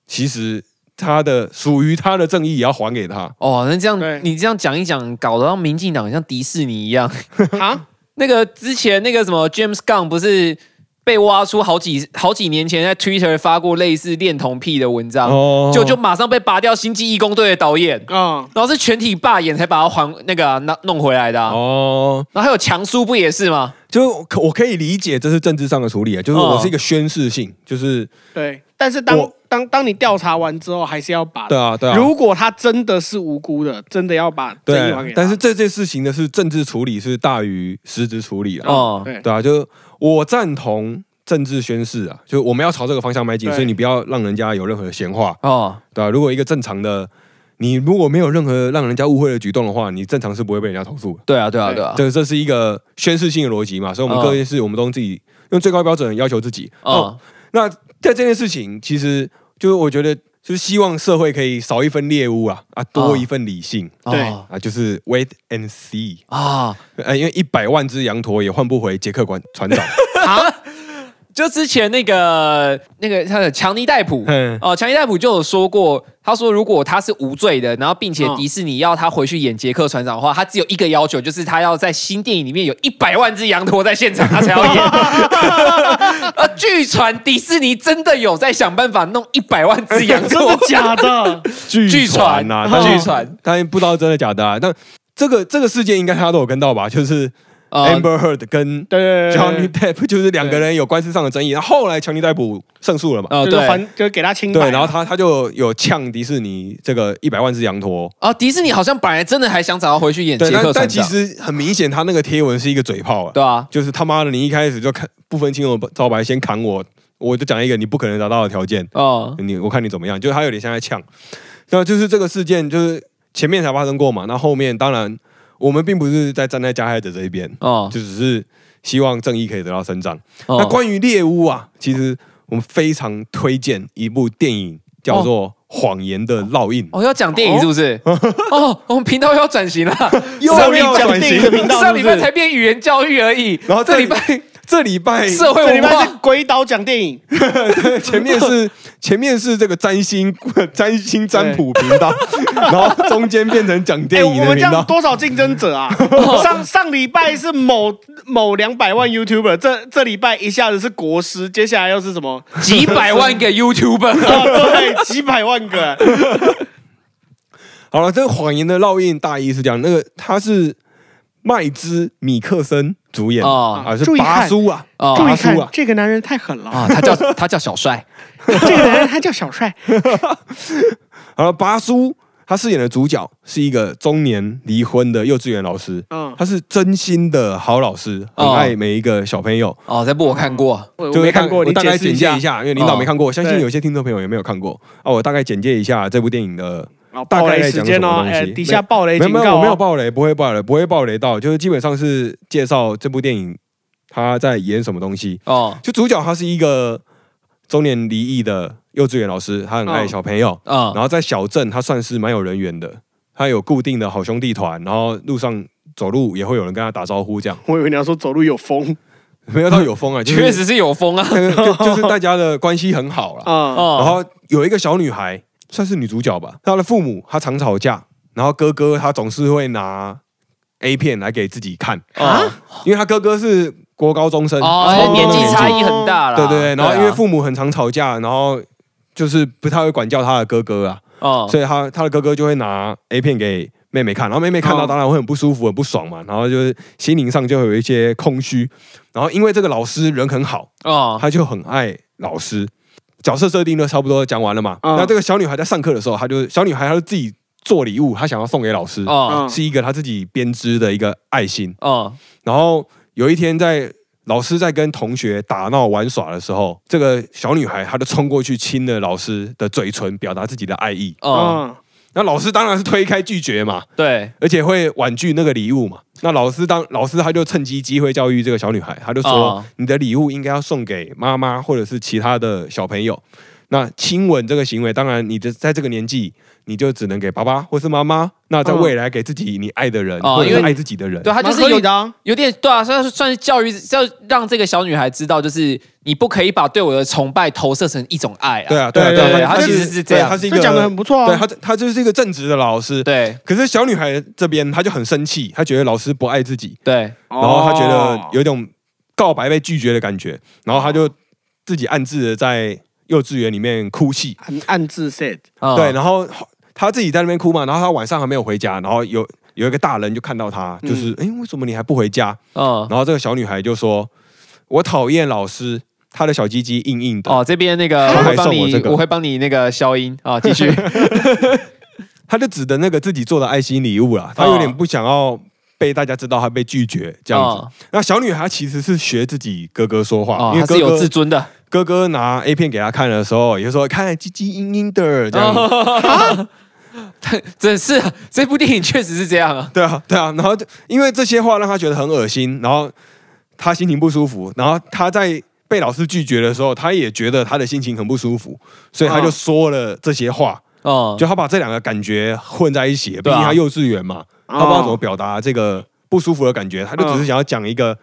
A: 其实他的属于他的正义也要还给他。
B: 哦，那这样
C: 对
B: 你这样讲一讲，搞得让民进党像迪士尼一样。
C: 啊，
B: 那个之前那个什么 James Gunn 不是被挖出好几好几年前在 Twitter 发过类似恋童癖的文章，
A: 哦
B: 啊就就马上被拔掉《星际义工队》的导演，
C: 啊，
B: 然后是全体罢演才把他还那个啊那、弄回来的、啊。
A: 哦，
B: 然后还有强叔不也是吗？
A: 就是我可我可以理解这是政治上的处理啊，就是
B: 哦
A: 我是一个宣示性，就是
C: 对。但是当
A: 我
C: 当当你调查完之后，还是要把
A: 对啊对啊。
C: 如果他真的是无辜的，真的要把正义还给
A: 对，
C: 他。
A: 但是这件事情呢是政治处理是大于实质处理啊。
B: 哦，
C: 对
A: 对啊，就是我赞同政治宣誓啊，就是我们要朝这个方向迈进，
C: 对
A: 所以你不要让人家有任何闲话，
B: 哦，
A: 对啊，如果一个正常的，你如果没有任何让人家误会的举动的话，你正常是不会被人家投诉的。
B: 对啊，对啊，
C: 对
B: 对啊，
A: 这这是一个宣示性的逻辑嘛，所以我们
B: 哦
A: 各件事我们都自己用最高标准要求自己。
C: 啊
A: 哦，
B: 哦，
A: 那在这件事情，其实就是我觉得就是希望社会可以少一分猎物啊啊，多
B: 哦
A: 一份理性。
C: 对
B: 哦
A: 啊，就是 wait and see，
B: 啊，
A: 呃，因为一百万只羊驼也换不回杰克管船 长。
B: 就之前那个那个他的强尼戴普，
A: 嗯，
B: 哦，强尼戴普就有说过，他说如果他是无罪的，然后并且
C: 嗯
B: 迪士尼要他回去演杰克船长的话，他只有一个要求，就是他要在新电影里面有一百万只羊驼在现场，他才要 演。呃，据传迪士尼真的有在想办法弄一百万只羊
C: 真
B: 驼
C: 的，假 的？
A: 据传啊呐、
B: 据传啊
A: 但是
B: 据传，
A: 但是不知道真的假的啊。但这个这个事件应该他都有跟到吧？就是
B: 呃
A: Amber Heard 跟
C: 对对对
A: Johnny
C: 对
A: Depp 就是两个人有官司上的争议，然后后来强尼戴普胜诉了嘛？
B: 呃，
C: 对，就是
B: 对。
C: 还就是给他清
B: 哎
C: 白啊。
A: 哦对，然后他他就有呛迪士尼这个一百万只羊驼。
B: 哦，迪士尼好像本来真的还想找他回去演
A: 对，
B: 杰
A: 但
B: 克
A: 但
B: 船
A: 其
B: 长，
A: 实很明显，他那个贴文是一个嘴炮啊。
B: 对 啊，
A: 就是他妈的，你一开始就看不分青红皂白先砍我，我就讲一个你不可能达到的条件，
B: 哦，
A: 你我看你怎么样。就是他有点像在呛，那就是这个事件就是前面才发生过嘛，那后面当然我们并不是在站在加害者这一边，
B: 哦
A: 就只是希望正义可以得到伸张。
B: 哦
A: 那关于猎巫啊，其实我们非常推荐一部电影，叫做《谎言的烙印》。
B: 哦哦，要讲电影是不是？哦，我们频道要转型了，
A: 又
B: 上
A: 要
B: 礼
A: 转
C: 电影的频道
B: 上
C: 是
B: 礼
C: 不是
B: 拜才变语言教育而已，
A: 然后
B: 这
A: 这
B: 礼
A: 里
B: 拜
A: 这礼拜
B: 社会
C: 这礼
B: 文
C: 拜是
B: 化
C: 鬼岛讲电影，
A: 前面是前面是这个占星 占星占卜频道， 然后中间变成讲电
C: 哎，
A: 影
C: 我
A: 的
C: 们这
A: 频
C: 样
A: 道。
C: 多少竞争 者啊？上上礼拜是某某两百万 YouTuber，这这礼拜一下子是国师，接下来又是什么？
B: 几百万 个 YouTuber，
C: 哦，对，几百万个，
A: 好了，这个《谎言的烙印》大意是这样，那个他是麦兹米克森主演
B: 哦
A: 啊，是
C: 注意看
A: 拔叔啊，
B: 哦
C: 注
A: 拔
C: 意
A: 叔
C: 看
A: 啊，，
C: 这个男人太狠了，
B: 啊，他叫他叫小帅，
C: 这个男人他叫小帅，
A: 好了，拔叔他饰演的主角是一个中年离婚的幼稚园老师，
C: 嗯，
A: 他是真心的好老师，很
B: 哦
A: 爱每一个小朋友。
B: 哦，这部我看过，
C: 我
A: 就
C: 没
A: 是
C: 看
A: 大
C: 过，
A: 我
C: 你
A: 大
C: 解
A: 概简
C: 释一
A: 介
C: 下
A: 一。下，因为领导没看过，相信
C: 对
A: 有些听众朋友也没有看过啊。我大概简介一下这部电影的
C: 哦
A: 大
C: 爆
A: 概
C: 雷
A: 在
C: 时
A: 讲
C: 间
A: 什
C: 哦
A: 么，东
C: 哎，
A: 西
C: 底下爆雷
A: 没
C: 警
A: 有没
C: 告
A: 有，
C: 哦，
A: 我没有暴雷，不会暴雷，不会暴雷到，就是基本上是介绍这部电影他在演什么东西。
B: 哦
A: 就主角他是一个中年离异的幼稚园老师，他很爱
C: 嗯
A: 小朋友，
B: 啊
A: 然后在小镇他算是蛮有人缘的，他有固定的好兄弟团，然后路上走路也会有人跟他打招呼，这样
C: 我以为你要说走路有风
A: 没有到有风啊，就是
B: 确实是有风啊，
A: 就就 就是大家的关系很好啦。
C: 啊，
B: 哦，
A: 然后有一个小女孩，算是女主角吧。她的父母她常吵架，然后哥哥他总是会拿 A 片来给自己看，
B: 啊
A: 因为他哥哥是国高中生，差
B: 哦，
A: 不多
B: 年
A: 的
B: 纪
A: 纪
B: 差异很大了，
A: 嗯对对对。然后因为
B: 啊
A: 父母很常吵架，然后就是不太会管教他的哥哥啊，
B: 哦
A: 所以他他的哥哥就会拿 A 片给。妹妹看，然后妹妹看到
C: 哦
A: 当然会很不舒服、很不爽嘛，然后就是心灵上就会有一些空虚。然后因为这个老师人很好，
B: 哦
A: 他就很爱老师。角色设定都差不多讲完了嘛。
B: 哦
C: 嗯
A: 那这个小女孩在上课的时候，她就小女孩，她就自己做礼物，她想要送给老师，
B: 哦
A: 是一个她自己编织的一个爱心。
B: 哦
A: 然后有一天在。老师在跟同学打闹玩耍的时候，这个小女孩她就冲过去亲了老师的嘴唇，表达自己的爱意。
B: 哦，
C: 嗯
A: 那老师当然是推开拒绝嘛，
B: 对，
A: 而且会婉拒那个礼物嘛。那老师当老师他就趁机机会教育这个小女孩，他就说：“
B: 哦
A: 你的礼物应该要送给妈妈或者是其他的小朋友。”那亲吻这个行为，当然你的在这个年纪，你就只能给爸爸或是妈妈。那在未来给自己你爱的人，
B: 哦
A: 或者是
B: 因为
A: 爱自己的人，
B: 对他就
C: 蛮
B: 是
C: 合
B: 有
C: 理的啊，
B: 有点对啊，算是算是教育，要让这个小女孩知道，就是你不可以把对我的崇拜投射成一种爱啊。
A: 对啊，对啊，
B: 对
A: 对
B: 对
A: 啊，
B: 他
A: 就
B: 其实是这样
A: 对他是一
C: 这
A: 个
C: 讲的很不错
A: 对
C: 啊。
A: 他，他就是一个正直的老师。
B: 对
A: 可是小女孩这边，她就很生气，她觉得老师不爱自己，
B: 对
C: 哦
A: 然后他觉得有一种告白被拒绝的感觉，然后他就自己暗自的在幼稚园里面哭泣，
C: 暗暗自 sad，
B: 啊
A: 对，然后他自己在那边哭嘛，然后他晚上还没有回家，然后有有一个大人就看到他，就是哎、诶为什么你还不回家？
B: 嗯
A: 然后这个小女孩就说，我讨厌老师，他的小鸡鸡硬硬的，
B: 哦，这边那个
A: 他
B: 我
A: 还
B: 会帮
A: 送我
B: 你
A: 这，个
B: 我会帮你那个消音啊，继续
A: 他就指着那个自己做的爱心礼物
B: 哦
A: 啦，他有点不想要。被大家知道他被拒绝这样子，
B: 哦
A: 那小女孩其实是学自己哥哥说话，
B: 哦
A: 因，为
B: 他
A: 哥
B: 是
A: 哥
B: 有自尊的
A: 哥哥拿 A 片给他看的时候，也就说看鸡鸡阴阴的这样，
B: 哦 真是这部电影确实是这样啊。
A: 对啊对啊，然后就因为这些话让他觉得很恶心，然后他心情不舒服，然后他在被老师拒绝的时候，他也觉得他的心情很不舒服，所以他就说了这些话，
B: 哦，
A: 就他把这两个感觉混在一起，毕
B: 对啊
A: 竟他幼稚园嘛，
C: 哦
A: 他不知道怎么表达这个不舒服的
B: 嗯
A: 感觉，他就只是想要讲一个。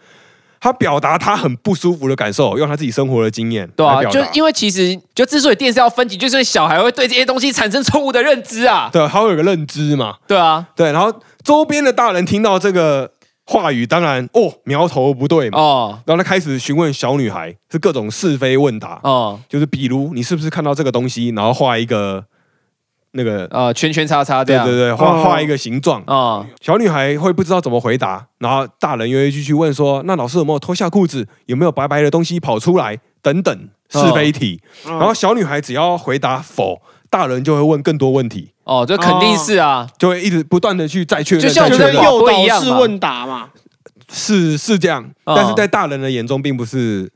A: 他表达他很不舒服的感受，用他自己生活的经验
B: 对
A: 来
B: 啊，
A: 表
B: 就
A: 达
B: 因为其实就之所以电视要分级，就是因为小孩会对这些东西产生错误的认知啊。
A: 对，他会有个认知嘛，
B: 对啊，
A: 对，然后周边的大人听到这个话语，当然哦苗头不对嘛，
B: 哦
A: 然后他开始询问小女孩，是各种是非问答，
B: 哦
A: 就是比如你是不是看到这个东西，然后画一个那个，
B: 呃，圈圈叉叉这
A: 对
B: 样。
A: 对对，画
C: 哦
A: 画一个形状，
B: 哦
A: 小女孩会不知道怎么回答，然后大人又会继续问说，那老师有没有脱下裤子，有没有白白的东西跑出来等等是非题，
C: 然
A: 然后小女孩只要回答否，大人就会问更多问题。
B: 哦，这肯定是啊。
A: 就会一直不断的去再确认，
B: 就像
A: 再
C: 就
A: 确
C: 是
A: 认
B: 我们
C: 诱
B: 不一
C: 导
B: 样
C: 式
B: 嘛
C: 问答嘛，
A: 是是这样，
B: 哦
A: 但是在大人的眼中，并不是，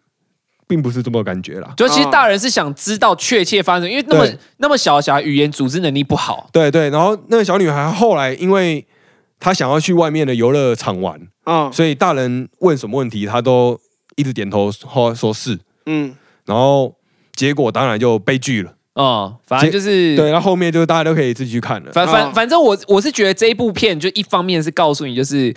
A: 并不是这么感觉啦。
B: 就其实
C: 哦
B: 大人是想知道确切发生，因为那么
A: 对
B: 那么小的小孩语言组织能力不好，
A: 对对，然后那个小女孩后来因为他想要去外面的游乐场玩，
C: 嗯
A: 所以大人问什么问题，他都一直点头说说是，
C: 嗯，
A: 然后结果当然就悲剧了。
B: 哦，反正就是
A: 对，那后面就大家都可以自己去看了。
B: 反反
C: 哦
B: 反正我我是觉得这一部片就一方面是告诉你，就是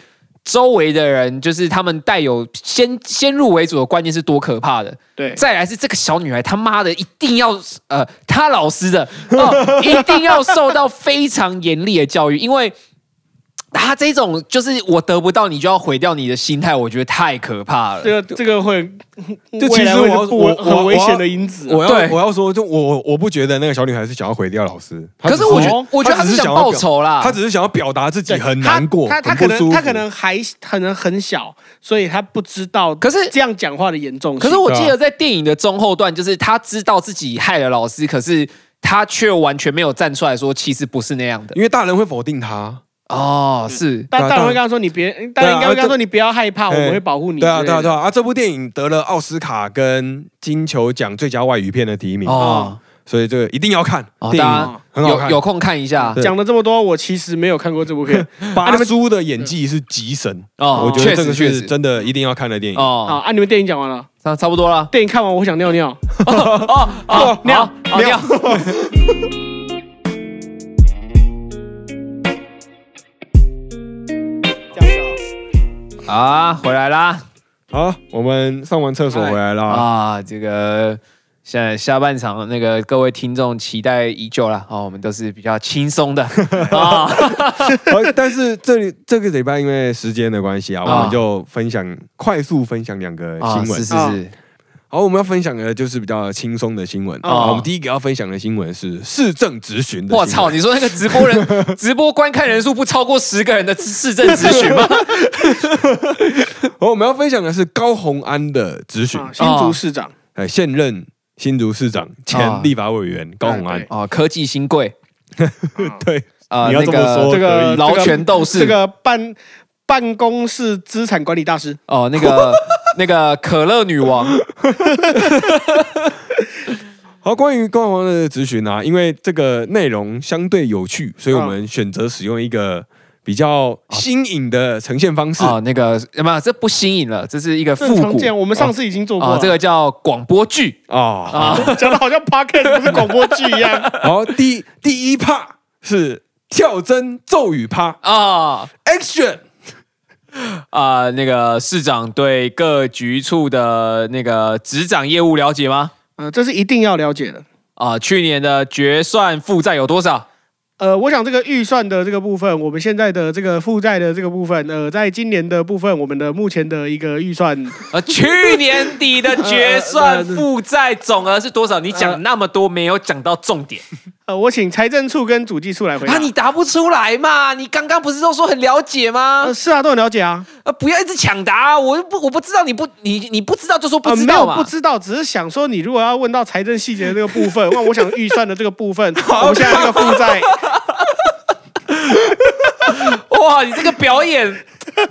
B: 周围的人，就是他们带有先先入为主的观念是多可怕的。
C: 对，
B: 再来是这个小女孩他妈的一定要呃，她老师的 哦，一定要受到非常严厉的教育，因为。她这种就是我得不到你就要毁掉你的心态，我觉得太可怕了。
C: 这个这个会，
A: 就
C: 未来
A: 其实
C: 会
A: 我
C: 是不
A: 我
C: 稳
A: 我
C: 很危
A: 我
C: 险的因子啊。
A: 我
B: 对
A: 要我要说，就我我不觉得那个小女孩是想要毁掉老师，她
B: 可
A: 只
B: 是我觉得
C: 哦，
B: 我觉得
A: 她
B: 她
A: 只
B: 是
A: 是
B: 想
A: 想要
B: 报
A: 表
B: 仇啦。
A: 她只是想要表达自己
C: 对
A: 很
C: 他
A: 难过，
C: 他他
A: 很
C: 可
A: 不舒
C: 能他
A: 服
C: 可能还可能很小，所以他不知道，
B: 可是
C: 这样讲话的严重性。
B: 可是我
A: 对啊
B: 记得在电影的中后段，就是他知道自己害了老师，可是他却完全没有站出来说，其实不是那样的。
A: 因为大人会否定她。
B: 哦，是
C: 大
A: 对啊
C: 大人
A: 当然
C: 会跟他说：“你别，大人应该会跟他说你不要害怕，我
A: 对
C: 们会保护你。”
A: 对啊，对啊，对啊！啊，这部电影得了奥斯卡跟金球奖最佳外语片的提名，
B: 哦
A: 所以这个一定要看。嗯
B: 哦，
A: 电
B: 大
A: 影
B: 家
A: 很好
B: 有
A: 看，
B: 有空看一下
A: 对
C: 讲了这么多，我其实没有看过这 部片
A: 拔叔的演技是极神，
B: 啊哦，
A: 我觉得
B: 确
A: 这
B: 实
A: 个
B: 确
A: 是
B: 实
A: 真的一定要看的电影。
C: 啊
B: 哦，
C: 啊！你们电影讲完了，
B: 差差不多了
C: 电影看完，我想尿尿。
B: 哦，好，
C: 尿
B: 好
C: 尿
B: 尿。啊，回来啦
A: 好，我们上完厕所回来啦。
B: 啊，这个。现在下半场，那个各位听众期待已久了哦，我们都是比较 轻松的
A: 好
B: 啊，
A: 哦但是这里这个礼拜因为时间的关系啊，
B: 啊
A: 我们就分享快速分享两个
B: 啊
A: 新
B: 是
A: 闻。
B: 是是，
A: 好，我们要分享的就是比较轻松的新闻。
C: 啊
A: 好，我们第一个要分享的新闻是市政咨询的。
B: 我操！！你说那个直播 人直播观看人数不超过十个人的市政咨询吗？
A: 好，我们要分享的是高虹安的咨询
C: 啊，新
B: 哦
C: 竹市长，
A: 呃，现任新竹市长、
B: 啊
A: 前立法委员高虹安
C: 对。
B: 哦，科技新贵，
A: 对，
B: 呃，
A: 你要这么
B: 那个
A: 说
C: 这个
B: 劳权斗士
C: 这个办办公室资产管理大师，
B: 哦，那个那个可乐女王，
A: 好，关于高虹安的咨询啊，因为这个内容相对有趣，所以我
B: 啊
A: 们选择使用一个比较新颖的呈现方式。
B: 哦，那个没有，这不新颖了，这是一个
C: 这
B: 复
C: 常
B: 古
C: 见，我们上次已经做过
B: 啊，
C: 了。
B: 这个叫广播剧
A: 哦，
B: 啊，
C: 讲的好像 podcast 不是广播剧一样。
A: 好，第一第一趴是跳针咒语趴
B: 啊
A: ，Action！
B: 啊，那个市长对各局处的那个执掌业务了解吗？
C: 嗯，这是一定要了解的。
B: 啊，去年的决算负债有多少？
C: 呃，我想这个预算的这个部分，我们现在的这个负债的这个部分，呃，在今年的部分，我们的目前的一个预算，
B: 呃，去年底的决算负债总额是多少？你讲那么多，没有讲到重点
C: 呃，我请财政处跟主计处来回答。
B: 啊！你答不出来嘛？你刚刚不是都说很了解吗
C: 呃，？是啊，都很了解啊，
B: 呃，不要一直抢答啊，我又不我不知道，你不你你不知道就说不
C: 呃，
B: 知
C: 没有
B: 道嘛。
C: 不知道，只是想说，你如果要问到财政细节的这个部分，那 我想预算的这个部分，我们现在这个负债，
B: 哇，你这个表 演，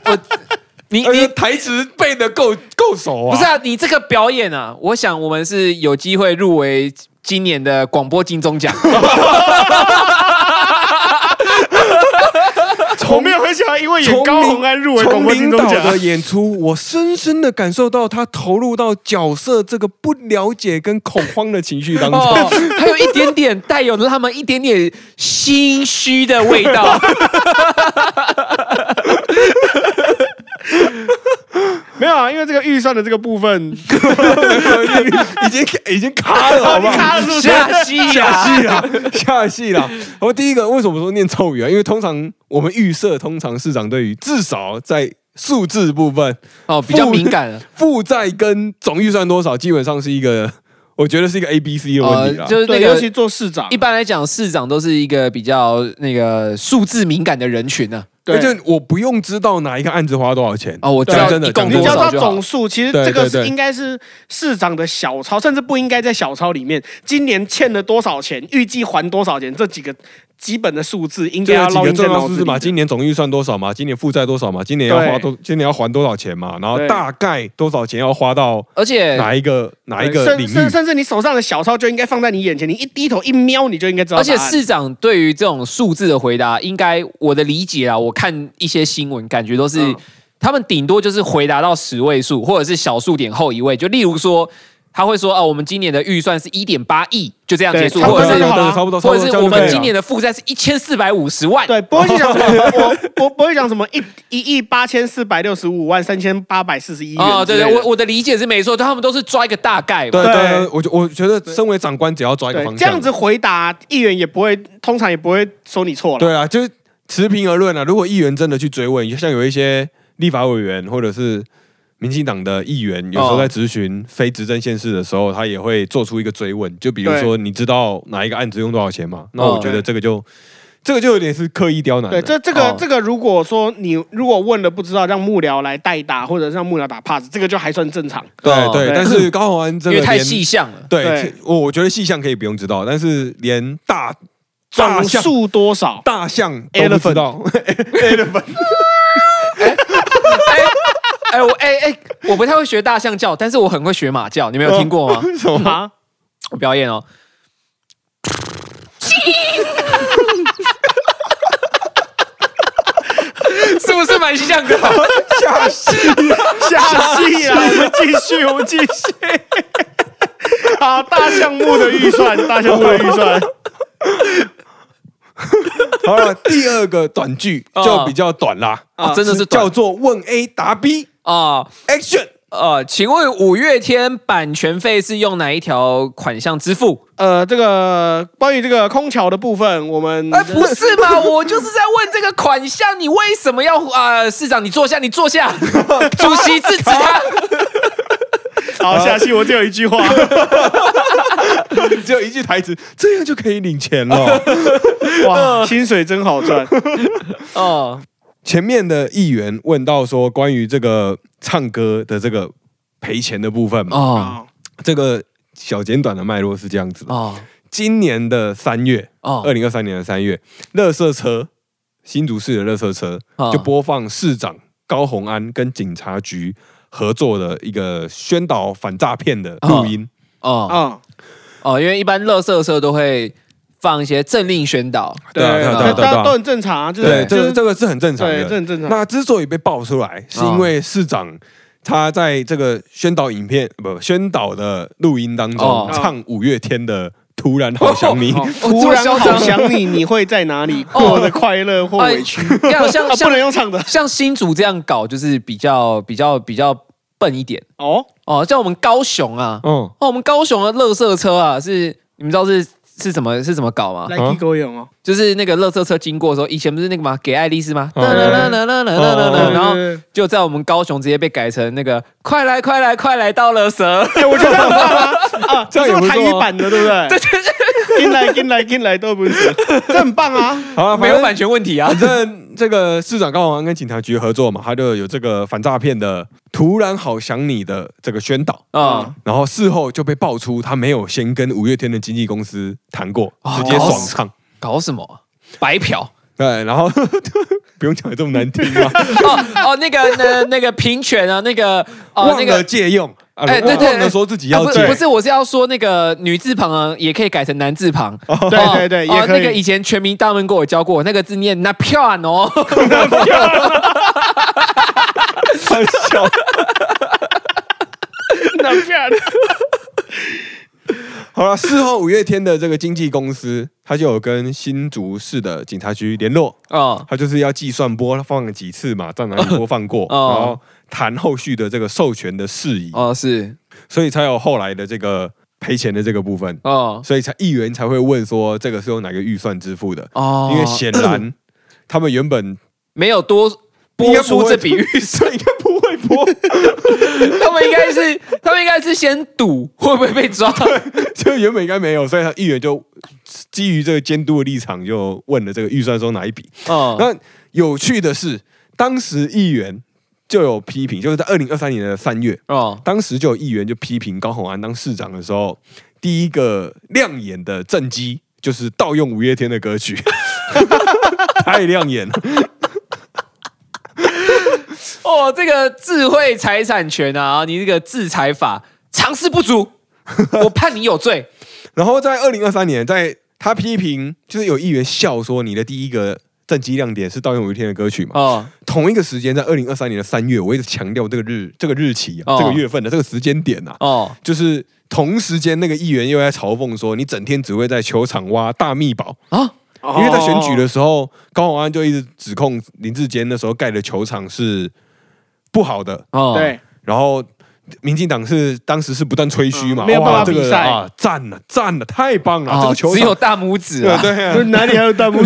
B: 我你
C: 哎
A: 而
B: 你
A: 且哎台词背的够够熟啊，
B: 不是啊，你这个表演啊，我想我们是有机会入围今年的广播金钟奖。
C: 我没有很想要因为演高洪安入围广
A: 从
C: 播金
A: 领
C: 钟
A: 导
C: 奖。
A: 的演出，我深深的感受到他投入到角色这个不了解跟恐慌的情绪当中。
B: 哦，还有一点点带有那么一点点心虚的味 道。
C: 没有啊，因为这个预算的这个部分，
A: 已经已经卡了，好不好？
C: 卡了是啊不是
B: 下西
A: 下
B: 呀，
A: 戏啊啦，下戏啦。我第一个为什么说念咒语啊？因为通常我们预设，通常市长对于至少在数字部分，
B: 哦，比较敏感了，
A: 负债跟总预算多少，基本上是一个， 我觉得是一个 A B C 的问题啦。啊
B: 哦呃就是那
C: 对，尤
B: 个
C: 其做市长
B: 一，般来讲，市长都是一个比较那个数字敏感的人群啊呢、
A: 而
C: 对。
A: 且我不用知道哪一个案子花多少钱啊
B: 哦我知道
A: 讲真的，
B: 一共
A: 讲
C: 你
A: 真
C: 只
B: 多
A: 的
C: 要
B: 少
C: 知道
B: 就好
C: 总数，其实
A: 对
C: 这个
A: 对
C: 是
A: 对
C: 应该是市长的小抄，甚至不应该在小抄里面。今年欠了多少钱，预计还多少钱，这几个基本的数字应
A: 就
C: 该
A: 有
C: 要
A: 几
C: 烙
A: 个
C: 印
A: 重要
C: 在脑
A: 数
C: 子
A: 字
C: 里
A: 嘛，
C: 的。
A: 今年总预算多少嘛，今年负债多少嘛，今年要花多，今年要还多少钱嘛，然后
C: 对
A: 大概多少钱要花到
B: 而且
A: 哪一个哪一
C: 对
A: 个领
C: 甚
A: 域
C: 甚？甚至你手上的小钞就应该放在你眼前，你一低头一瞄你就应该
A: 啊
C: 知道
B: 而
C: 答案。
B: 且市长对于这种数字的回答，应该我的理解啊，我看一些新闻感觉都是、
C: 嗯
B: 他们顶多就是回答到十位数，或者是小数点后一位。就例如说，他会说哦，我们今年的预算是一点八亿，就这样结束，
C: 对
B: 或者
C: 差不
B: 是
C: 多
A: 差不多，啊
B: 或者是我们今年的负债是一千四百五十万。
C: 对，不会去讲什么，我我不会讲什么一一亿八千四百六十五万三千八百四十一元
B: 哦，对
C: 之类
B: 对，
C: 的
B: 我我的理解是没错，他们都是抓一个大概嘛。
A: 对
C: 对
A: 对，我觉我觉得身为长官，只要抓一个
C: 对
A: 方向，
C: 这样子回答议员也不会，通常也不会说你错了。
A: 对啊，就是持平而论啊。如果议员真的去追问，像有一些立法委员或者是民进党的议员，有时候在咨询非执政县市的时候，他也会做出一个追问，就比如说你知道哪一个案子用多少钱吗？那我觉得这个就这个就有点是刻意刁难
C: 对，
A: 的。
C: 这这个、
B: 哦
C: 这个，如果说你如果问了不知道，让幕僚来代打，或者让幕僚打 pass，这个就还算正常。
A: 对对，
C: 对
A: 但是高宏安这
B: 因
A: 个
B: 为太
A: 连
B: 细项了。
A: 对
C: 对，
A: 我我觉得细项可以不用知道，但是连大大
C: 总
A: 象
C: 数 多少？
A: 大象都不知道，
B: 哎，我哎哎，我不太会学大象叫，但是我很会学马叫，你们有 听过吗？
A: 什么？
C: 啊？
B: 我表演哦。 是不是蛮像 的？
A: 下戏
C: 下戏啊！我们继续， 我们继续。好，大项目的预算，大项目的预算。
A: 好了，第二个短剧就比较短啦，
B: 哦啊真的是短
A: 叫做问 A 答 B
B: 哦
A: action。
B: 呃，请问五月天版权费是用哪一条款项支付？
C: 呃，这个关于这个空桥的部分，我们
B: 哎、不是嘛， 我就是在问这个款项，你为什么要啊、呃市长，你坐下，你坐 下，主席制止他。
C: 好下戏，我只有一句话。
A: 只有一句台词，这样就可以领钱了。
C: 哇，薪水真好赚。
B: 哦，
A: 前面的议员问到说，关于这个唱歌的这个赔钱的部分嘛，
B: 哦，
C: 啊，
A: 这个小简短的脉络是这样子的：
B: 哦，
A: 今年的三月，
B: 哦，
A: 二
C: 呃
A: 零二三年的三月，乐色车新竹市的乐色车
B: 哦
A: 就播放市长高鸿安跟警察局合作的一个宣导反诈骗的
B: 啊
A: 录音。
B: 哦，
C: 嗯，
B: 哦，因为一般乐色社都会放一些政令宣导，
A: 对啊对啊对啊对啊
C: 大家都很正常啊，就
A: 对，
C: 是
A: 这
C: 就
A: 个
C: 是
A: 这个是很正常
C: 对，这
A: 的。
C: 很正常。啊
A: 那之所以被爆出来，是因为市长他在这个宣导影片不宣导的录音当
B: 哦
A: 中唱五月天的《突然好想你》哦
C: 哦，
B: 哦
C: 突然
B: 这么嚣
C: 好
B: 张
C: 想你，你会在哪 里过得快乐或委屈？
B: 哎要像
C: 啊，
B: 像
C: 不能用唱的
B: 像新竹这样搞，就是比较比较比较笨一点
C: 哦。
B: 哦。像我们高雄啊，
A: 嗯，
B: 哦，我们高雄的乐色车啊，是你们知道是是怎么是怎么搞
A: 啊
B: 吗？
C: 来踢狗泳哦，
B: 就是那个乐色车经过的时候，以前不是那个吗？给爱丽丝吗？
A: 嗯
B: 啦啦啦啦啦啦啦啦
A: 嗯
B: 然后
C: 哦对对对
B: 就在我们高雄直接被改成那个快来快来快来到乐色，
C: 哎，我觉得很棒啊！啊，
A: 这样也
C: 是
A: 不错
C: 不
A: 啊
C: 是台语版的，对 不对？对对对，进来进来进来都不是，这很 棒啊！
A: 好了，
B: 没
A: 反
B: 有
A: 正
B: 版权问题啊
A: 反。正这个市长高鸿安跟警察局合作嘛，他就有这个反诈骗的《突然好想你》的这个宣导。
B: 啊，
A: 然后事后就被爆出，他没有先跟五月天的经纪公司谈过，
B: 哦
A: 直接爽唱。
B: 搞什么啊白嫖？
A: 对，然后 不用讲得这么难听啊嘛，
B: 哦哦，那个那那个平权啊，那个哦
A: 忘
B: 那
A: 了
B: 个。
A: 借用，啊
B: 哎对对
A: 忘了说自己要
B: 啊不
A: 借
B: 是，不是，我是要说那个女字旁啊，也可以改成男字旁。哦
C: 对对对也可以
B: 那个以前全民大闷锅我教过，那个字念那票啊喏。
A: 开笑。
C: 那骗人
A: 好了，事后五月天的这个经纪公司，他就有跟新竹市的警察局联络，
B: 哦
A: 他就是要计算播放了几次嘛，在哪里播放过，
B: 哦
A: 然后谈后续的这个授权的事宜，
B: 哦是
A: 所以才有后来的这个赔钱的这个部分，
B: 哦
A: 所以才议员才会问说这个是用哪个预算支付的。
B: 哦，
A: 因为显 然他们原本
B: 没有多
A: 应
B: 播
A: 该不
B: 出
A: 会
B: 这笔 预
A: 算，应该不会播，
B: 算，他们应该是他们应该是先赌会不会被抓。
A: 就原本应该没 有，所以他议员就基于这个监督的立场，就问了这个预算中哪一笔。
B: 哦
A: 那有趣的是，当时议员就有批评，就是在二零二三年的三月，
B: 哦
A: 当时就有议员就批评高虹安当市长的时候，第一个亮眼的政绩就是盗用五月天的歌 曲，太亮眼了。
B: 哦，这个智慧财产权啊，你这个制裁法常识不足，我判你 有罪。
A: 然后在二零二三年，在他批评就是有议员笑说你的第一个政绩亮点是盗用五月天的歌曲嘛，
B: 哦，
A: 同一个时间，在二零二三年的三月，我一直强调这个日、这个日期啊、
B: 哦
A: 这个月份的这个时间点啊，
B: 哦，
A: 就是同时间那个议员又在嘲讽说，你整天只会在球场挖大密宝，
B: 啊，
C: 哦
A: 因为在选举的时候，高宏安就一直指控林志坚那时候盖的球场是不好的，
B: 哦，
C: 哦，，对，
A: 然后。民进党是当时是不断吹嘘嘛，
C: 嗯没有办法
A: 哇这
C: 比
A: 个
C: 赛
A: 啊，赞了赞了，太棒了，这
B: 哦，
A: 个球场
B: 只有大拇指
A: 对
B: 啊，
A: 对啊，
C: 哪里还有弹幕？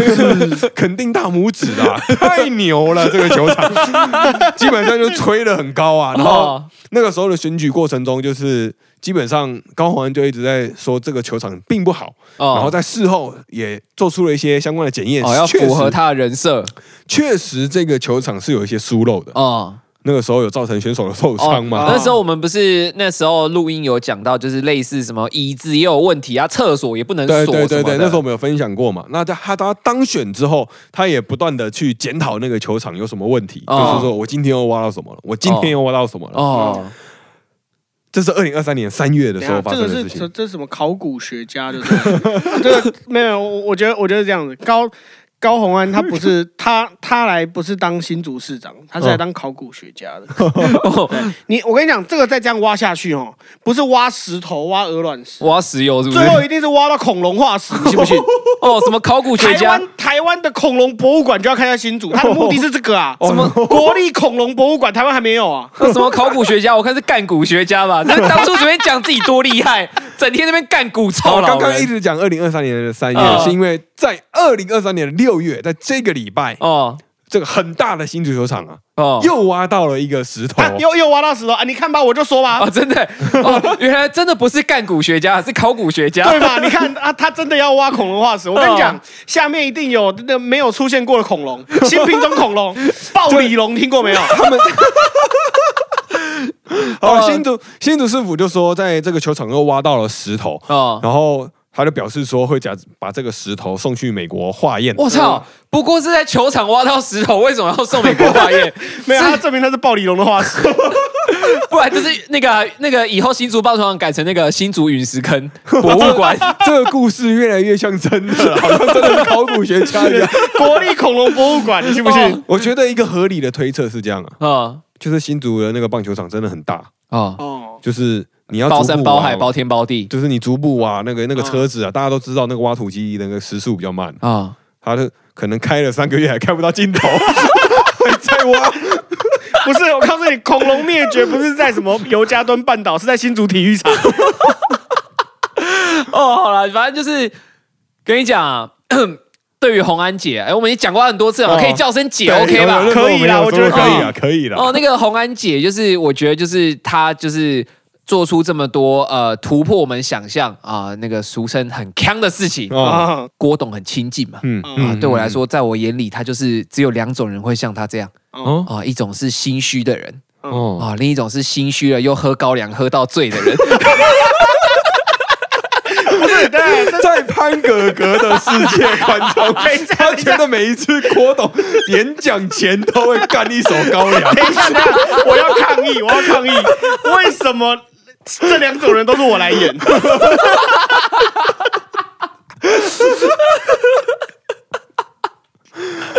A: 肯定大拇指 啊，太牛了！这个球场基本上就吹得很高啊。然后
B: 哦，
A: 那个时候的选举过程中，就是基本上高宏安就一直在说这个球场并不好，
B: 哦
A: 然后在事后也做出了一些相关的检验，
B: 哦，要
A: 确实
B: 符合，他的人设
A: 确实这个球场是有一些疏漏的。
B: 哦。
A: 那个时候有造成选手的受伤
B: 哦
A: 嘛？
B: 那时候我们不是那时候录音有讲到，就是类似什么椅子也有问题啊，厕所也不能锁
A: 对
B: 什么
A: 对
B: 的。
A: 对对，那时候我们有分享过嘛。那他他他当选之后，他也不断的去检讨那个球场有什么问题，
B: 哦
A: 就是说我今天又挖到什么了，我今天又挖到什么了。
B: 哦，
A: 这是二零二三年三月的
B: 啊
A: 时候发
C: 这
A: 生
C: 个
A: 的
C: 是
A: 事
C: 这
A: 情。
C: 这是什么考古学家的？ 这个没有，我我觉得我觉得这样子，高高宏安他不是他他来不是当新竹市长，他
A: 嗯
C: 是来当考古学家 的。
A: 哦
C: 对你我跟你讲，这个再这样挖下去哦，不是挖石头，挖鹅卵石，
B: 挖石油
A: 嗯
B: 是不是
C: 最？后一定是挖到恐龙化石，你信 不信？
B: 哦，什么考古学
C: 台
B: 家？
C: 湾台湾的恐龙博物馆就要开在新竹，他的目的是这个啊？
A: 哦
C: 什么国立恐龙博物馆，台湾还没有啊？
B: 那哦什么考古学家？我看是干古学家 吧。那当初随便讲自己多厉害，整天那边干古
A: 我
B: 操
A: 刚
B: 劳
A: 刚一
B: 人。
A: 直讲二零二三年的三
B: 嗯
A: 月，是因为在二零二三年的六月，在这个礼拜，
B: 哦
A: 这个很大的新足球场啊，
B: 哦
A: 又挖到了一个石头哦
C: 啊。又又挖到石头啊！你看吧，我就说嘛
B: 哦，，真的哦，原来真的不是干古 学家，是考古学家。
C: 对吧？你看啊，他真的要挖恐龙化石。我跟你讲
B: 嗯，
C: 下面一定有那没有出现过的 恐龙，新品种恐龙，暴鲤龙听过没有？？
A: 他们。好，新竹新竹师傅就说，在这个球场又挖到了石头，
B: 哦，
A: 然后他就表示说会假把这个石头送去美国化验。
B: 我操！不过是在球场挖到石头，为什么要送美国 化验
C: 没有，
B: 是
C: 他证明他是暴鲤龙的化石。
B: 不然就是那个啊那个以后新竹棒球场改成那个新竹陨石坑博物 馆。
A: 这个故事越来越像真的了，好像真的是考古学家 一样。
C: 国立恐龙博物馆，你信不信？
A: 我觉得一个合理的推测是这样啊，
B: 哦
A: 就是新竹的那个棒球场真的很大，
B: 哦，
C: 哦，
A: 就是你要
B: 包
A: 逐步啊
B: 山包
A: 挖
B: 海
A: 嘛
B: 包天包地
A: 就是你逐步挖那个那个
C: 嗯
A: 车子啊，大家都知道那个挖土机那个时速比较慢，
B: 啊！
A: 它的可能开了三个月还开不到尽头，还在挖。
C: 不是，我告诉你，恐龙灭绝不是在什么尤加敦半岛，是在新竹体育场。
B: 哦，好了，反正就是跟你讲、啊， 对于红安姐，哎，我们已经讲过很多次了，
C: 哦
B: 可以叫声姐
A: 对
B: ，OK 吧
A: 哎有有？
C: 可以啦
A: 有有有
C: 我觉得
A: 可以啊，可以啦。
B: 哦，那个红安姐，就是我觉得就是她就是做出这么多呃突破我们想象啊、那个俗称很强的事情。
A: 哦，
C: 啊，
B: 郭董很亲近嘛，
A: 嗯
B: 啊，
A: 嗯，
B: 对我来说，在我眼里，他就是只有两种人会像他这样
A: 哦
B: 啊，一种是心虚的人
A: 哦，
B: 啊，另一种是心虚了又喝高粱喝到醉 的人。
C: 不是，对，这
A: 在潘哥哥的世界观中，
C: 等一下
A: 他觉得每一次郭董演讲前都会干一首高粱。
C: 等一下，等一下，我要抗议，我要抗议，为什么这两种人都是我来 演？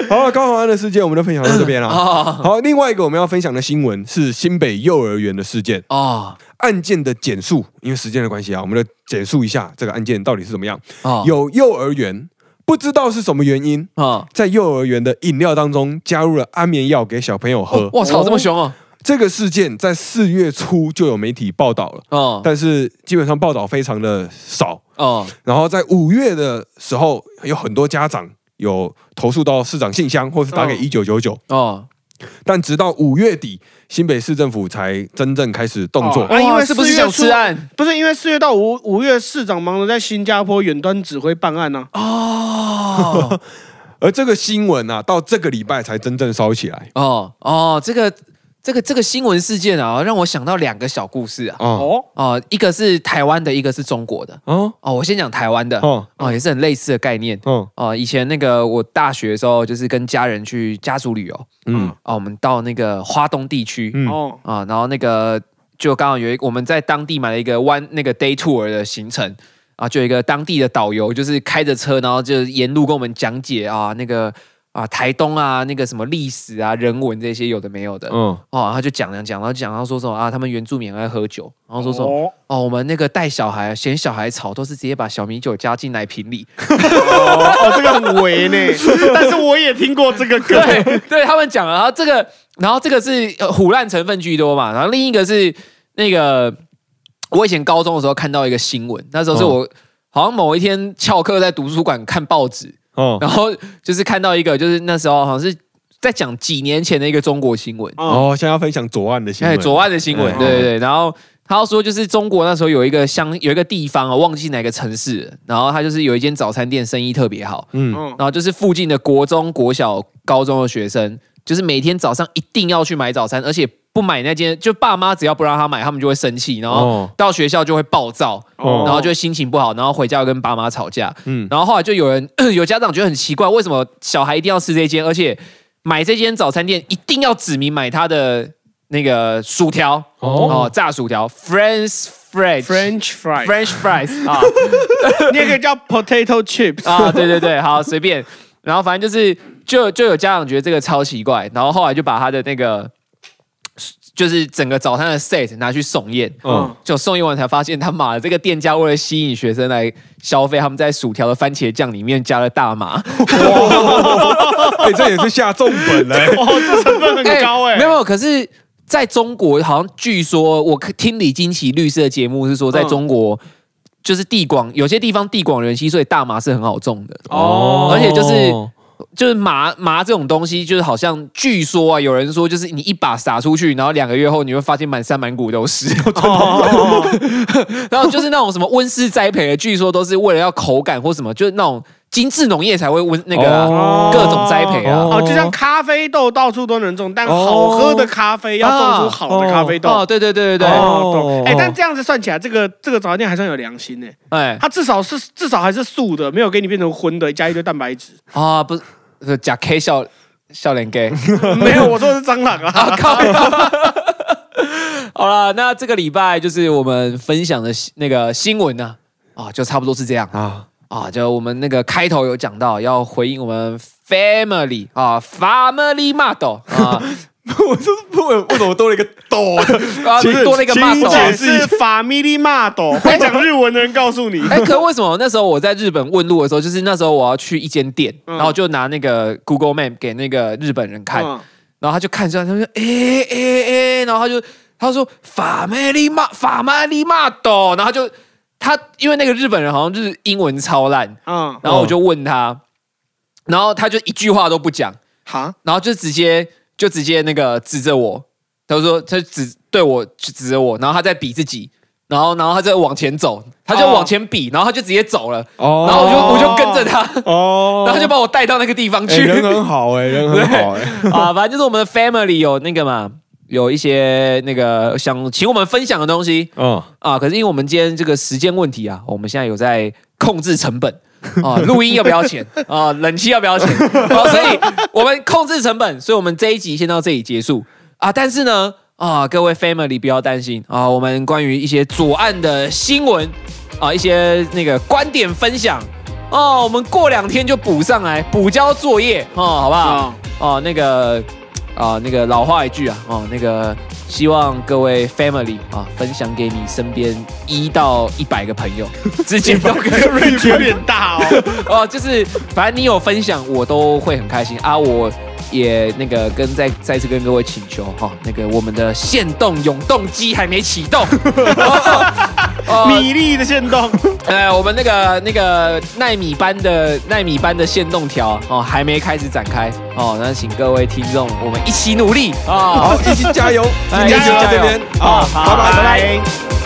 A: 好了，高洪安的事件我们就分享到这边了。
B: 哦
A: 好，另外一个我们要分享的新闻是新北幼儿园的事件
B: 哦
A: 案件的简述，因为时间的关系啊，我们来简述一下这个案件到底是怎么样。
B: 哦
A: 有幼儿园不知道是什么原因，
B: 哦，
A: 在幼儿园的饮料当中加入了安眠药给小朋友喝。
B: 我操，这么凶哦！
A: 这个事件在四月初就有媒体报道了，
B: 哦
A: 但是基本上报道非常的少。
B: 哦
A: 然后在五月的时候，有很多家长有投诉到市长信箱，或是打给
B: 嗯
A: 一九九九，
B: 哦，
A: 但直到五月底，新北市政府才真正开始动作。
C: 哦啊因为
B: 哇是不是
C: 四月
B: 想
C: 初
B: 吃案？
C: 不是因为四月到五五月，市长忙着在新加坡远端指挥办案啊呢、
B: 哦
A: 而这个新闻啊，到这个礼拜才真正烧起来。
B: 哦哦，这个这个这个新闻事件啊，让我想到两个小故事啊。
A: 哦
C: 哦，
B: 哦，一个是台湾的，一个是中国的。
A: 哦
B: 哦，我先讲台湾的，
A: 哦
B: 哦，也是很类似的概念。
A: 哦，
B: 哦，以前那个我大学的时候，就是跟家人去家族旅游，
A: 嗯
B: 哦，我们到那个花东地区，
A: 嗯
C: 哦，
B: 啊，然后那个就刚好有一我们在当地买了一个湾那个 day tour 的行程啊，就有一个当地的导游，就是开着车，然后就沿路跟我们讲解啊那个啊台东啊那个什么历史啊人文这些有的没有的。
A: 嗯
B: 哦，他就讲讲讲，然后讲到说什么啊，他们原住民很爱喝酒，然后说什么
C: 哦
B: 哦，我们那个带小孩嫌小孩吵，都是直接把小米酒加进奶瓶里。
C: 哦，这个很违 呢，但是我也听过这个歌，
B: 对，对他们讲了，然后这个，然后这个是呃虎烂成分居多嘛，然后另一个是那个我以前高中的时候看到一个新闻，那
A: 哦
B: 时候是我、好像某一天翘课在图书馆看报纸，
A: 哦
B: 然后就是看到一个，就是那时候好像是在讲几年前的一个中国新闻，
C: 哦，
A: 哦，现在要分享左岸的新
B: 哎，
A: 闻，
B: 左岸的新闻，
A: 嗯
B: 对对对，然后。他说，就是中国那时候有一个乡，有一个地方啊，忘记哪个城市了，然后他就是有一间早餐店生意特别好，
A: 嗯
C: 嗯
B: 然后就是附近的国中、国小、高中的学生，就是每天早上一定要去买早餐，而且不买那间，就爸妈只要不让他买，他们就会生气，然后
A: 哦
B: 到学校就会暴躁，
A: 哦
B: 然后就会心情不好，然后回家又跟爸妈吵架。
A: 嗯
B: 然后后来就有人 有家长觉得很奇怪，为什么小孩一定要吃这间，而且买这间早餐店一定要指明买他的那个薯条
A: 哦
B: 哦，炸薯条 French French
C: French fry，
B: French fries 啊。
C: 你也可以叫 potato chips，
B: 啊，对对对，好随便。然后反正就是，就就有家长觉得这个超奇怪，然后后来就把他的那个，就是整个早餐的 set 拿去送验，
A: 哦
B: 就送验完才发现他妈的这个店家为了吸引学生来消费，他们在薯条的番茄酱里面加了大麻，哦
A: 哎，这也是下重本嘞，
C: 哦，这成分很高哎
B: 没，有，没有可是。在中国，好像据说我听李金奇律师的节目是说，在
C: 嗯
B: 中国、就是地广，有些地方地广人稀，所以大麻是很好种的。
C: 哦
B: 而且就是就是麻麻这种东西，就是好像据说啊，有人说就是你一把撒出去，然后两个月后你会发现满山满谷都是，
C: 哦，
B: 然后就是那种什么温室栽培的，据说都是为了要口感或什么，就是那种精致农业才会温那个啊、
A: 哦
B: 各种栽培啊。
A: 哦
C: 哦，就像咖啡豆到处都能种，但好喝的咖啡要种出好的咖啡豆。
B: 啊哦，对对对对对，
C: 哦，懂。哎
A: 哦，
C: 但这样子算起来，这个这个早餐店还算有良心呢。
B: 哎
C: 它至少是至少还是素的，没有给你变成荤的，加一堆蛋 白质。
B: 啊，不是不是假 K 笑笑脸 gay
C: 没有，我说的是蟑螂啊。
B: 啊靠！好了，那这个礼拜就是我们分享的新那个新闻呢、啊，就差不多是这样。
A: 啊，
B: 啊，就我们那个开头有讲到，要回应我们 family 啊，family model 啊，
A: 我这为为什么多了一个抖？
B: 啊
A: 请
B: 多了一个
A: 请
B: model
A: 解
C: 解
A: 释一
C: 是
A: 下
C: 法米利骂斗，会讲日文的人告诉你。
B: 哎、可为什么那时候我在日本问路的时候，就是那时候我要去一间店，
C: 嗯
B: 然后就拿那个 Google Map 给那个日本人看，
C: 嗯
B: 然后他就看出来，他就说，哎哎哎，然后他就他说 family ma family model，然后他就他因为那个日本人好像就是英文超烂，
C: 嗯，
B: 然后我就问他，然后他就一句话都不讲。
C: 好，
B: 然后就直接就直接那个指着我，他说他指对我指指着我，然后他在比自己，然后然后他就往前走，他就
C: 哦
B: 往前比，然后他就直接走了，
A: 哦
B: 然后我就我就跟着他，
A: 哦，
B: 然后他就把我带到那个地方
A: 哎
B: 去
A: 人很好哎，人很好哎，
B: 啊，反正就是我们的 family 有那个嘛。有一些那个想请我们分享的东西
A: 嗯，
B: 啊，可是因为我们今天这个时间问题啊，我们现在有在控制成本啊，录音要不要钱啊，冷气要不要钱，啊，所以我们控制成本，所以我们这一集先到这里结束啊。但是呢，啊，各位 family 不要担心啊，我们关于一些左岸的新闻啊，一些那个观点分享哦、我们过两天就补上来，补交作业哦、好不
C: 嗯
B: 好？哦、那个。啊，那个老话一句啊，哦，那个希望各位 family 啊，分享给你身边一到一百个朋友，之间都可以
C: range 有点大哦。
B: 哦，就是反正你有分享，我都会很开心啊！我也那个跟再再次跟各位请求哈、那个我们的限动永动机还没启动，哦哦
C: 米粒的线动，
B: 呃，我们那个那个奈米班的奈米班的限动条哦，还没开始展开哦，那请各位听众，我们一起努力啊！
A: 好，一起加油，今
B: 哎
A: 天就
B: 一起
A: 到
B: 加
A: 这
B: 油
A: 边
B: 哦
A: 啊，
B: 好
A: 拜拜。
B: 拜拜。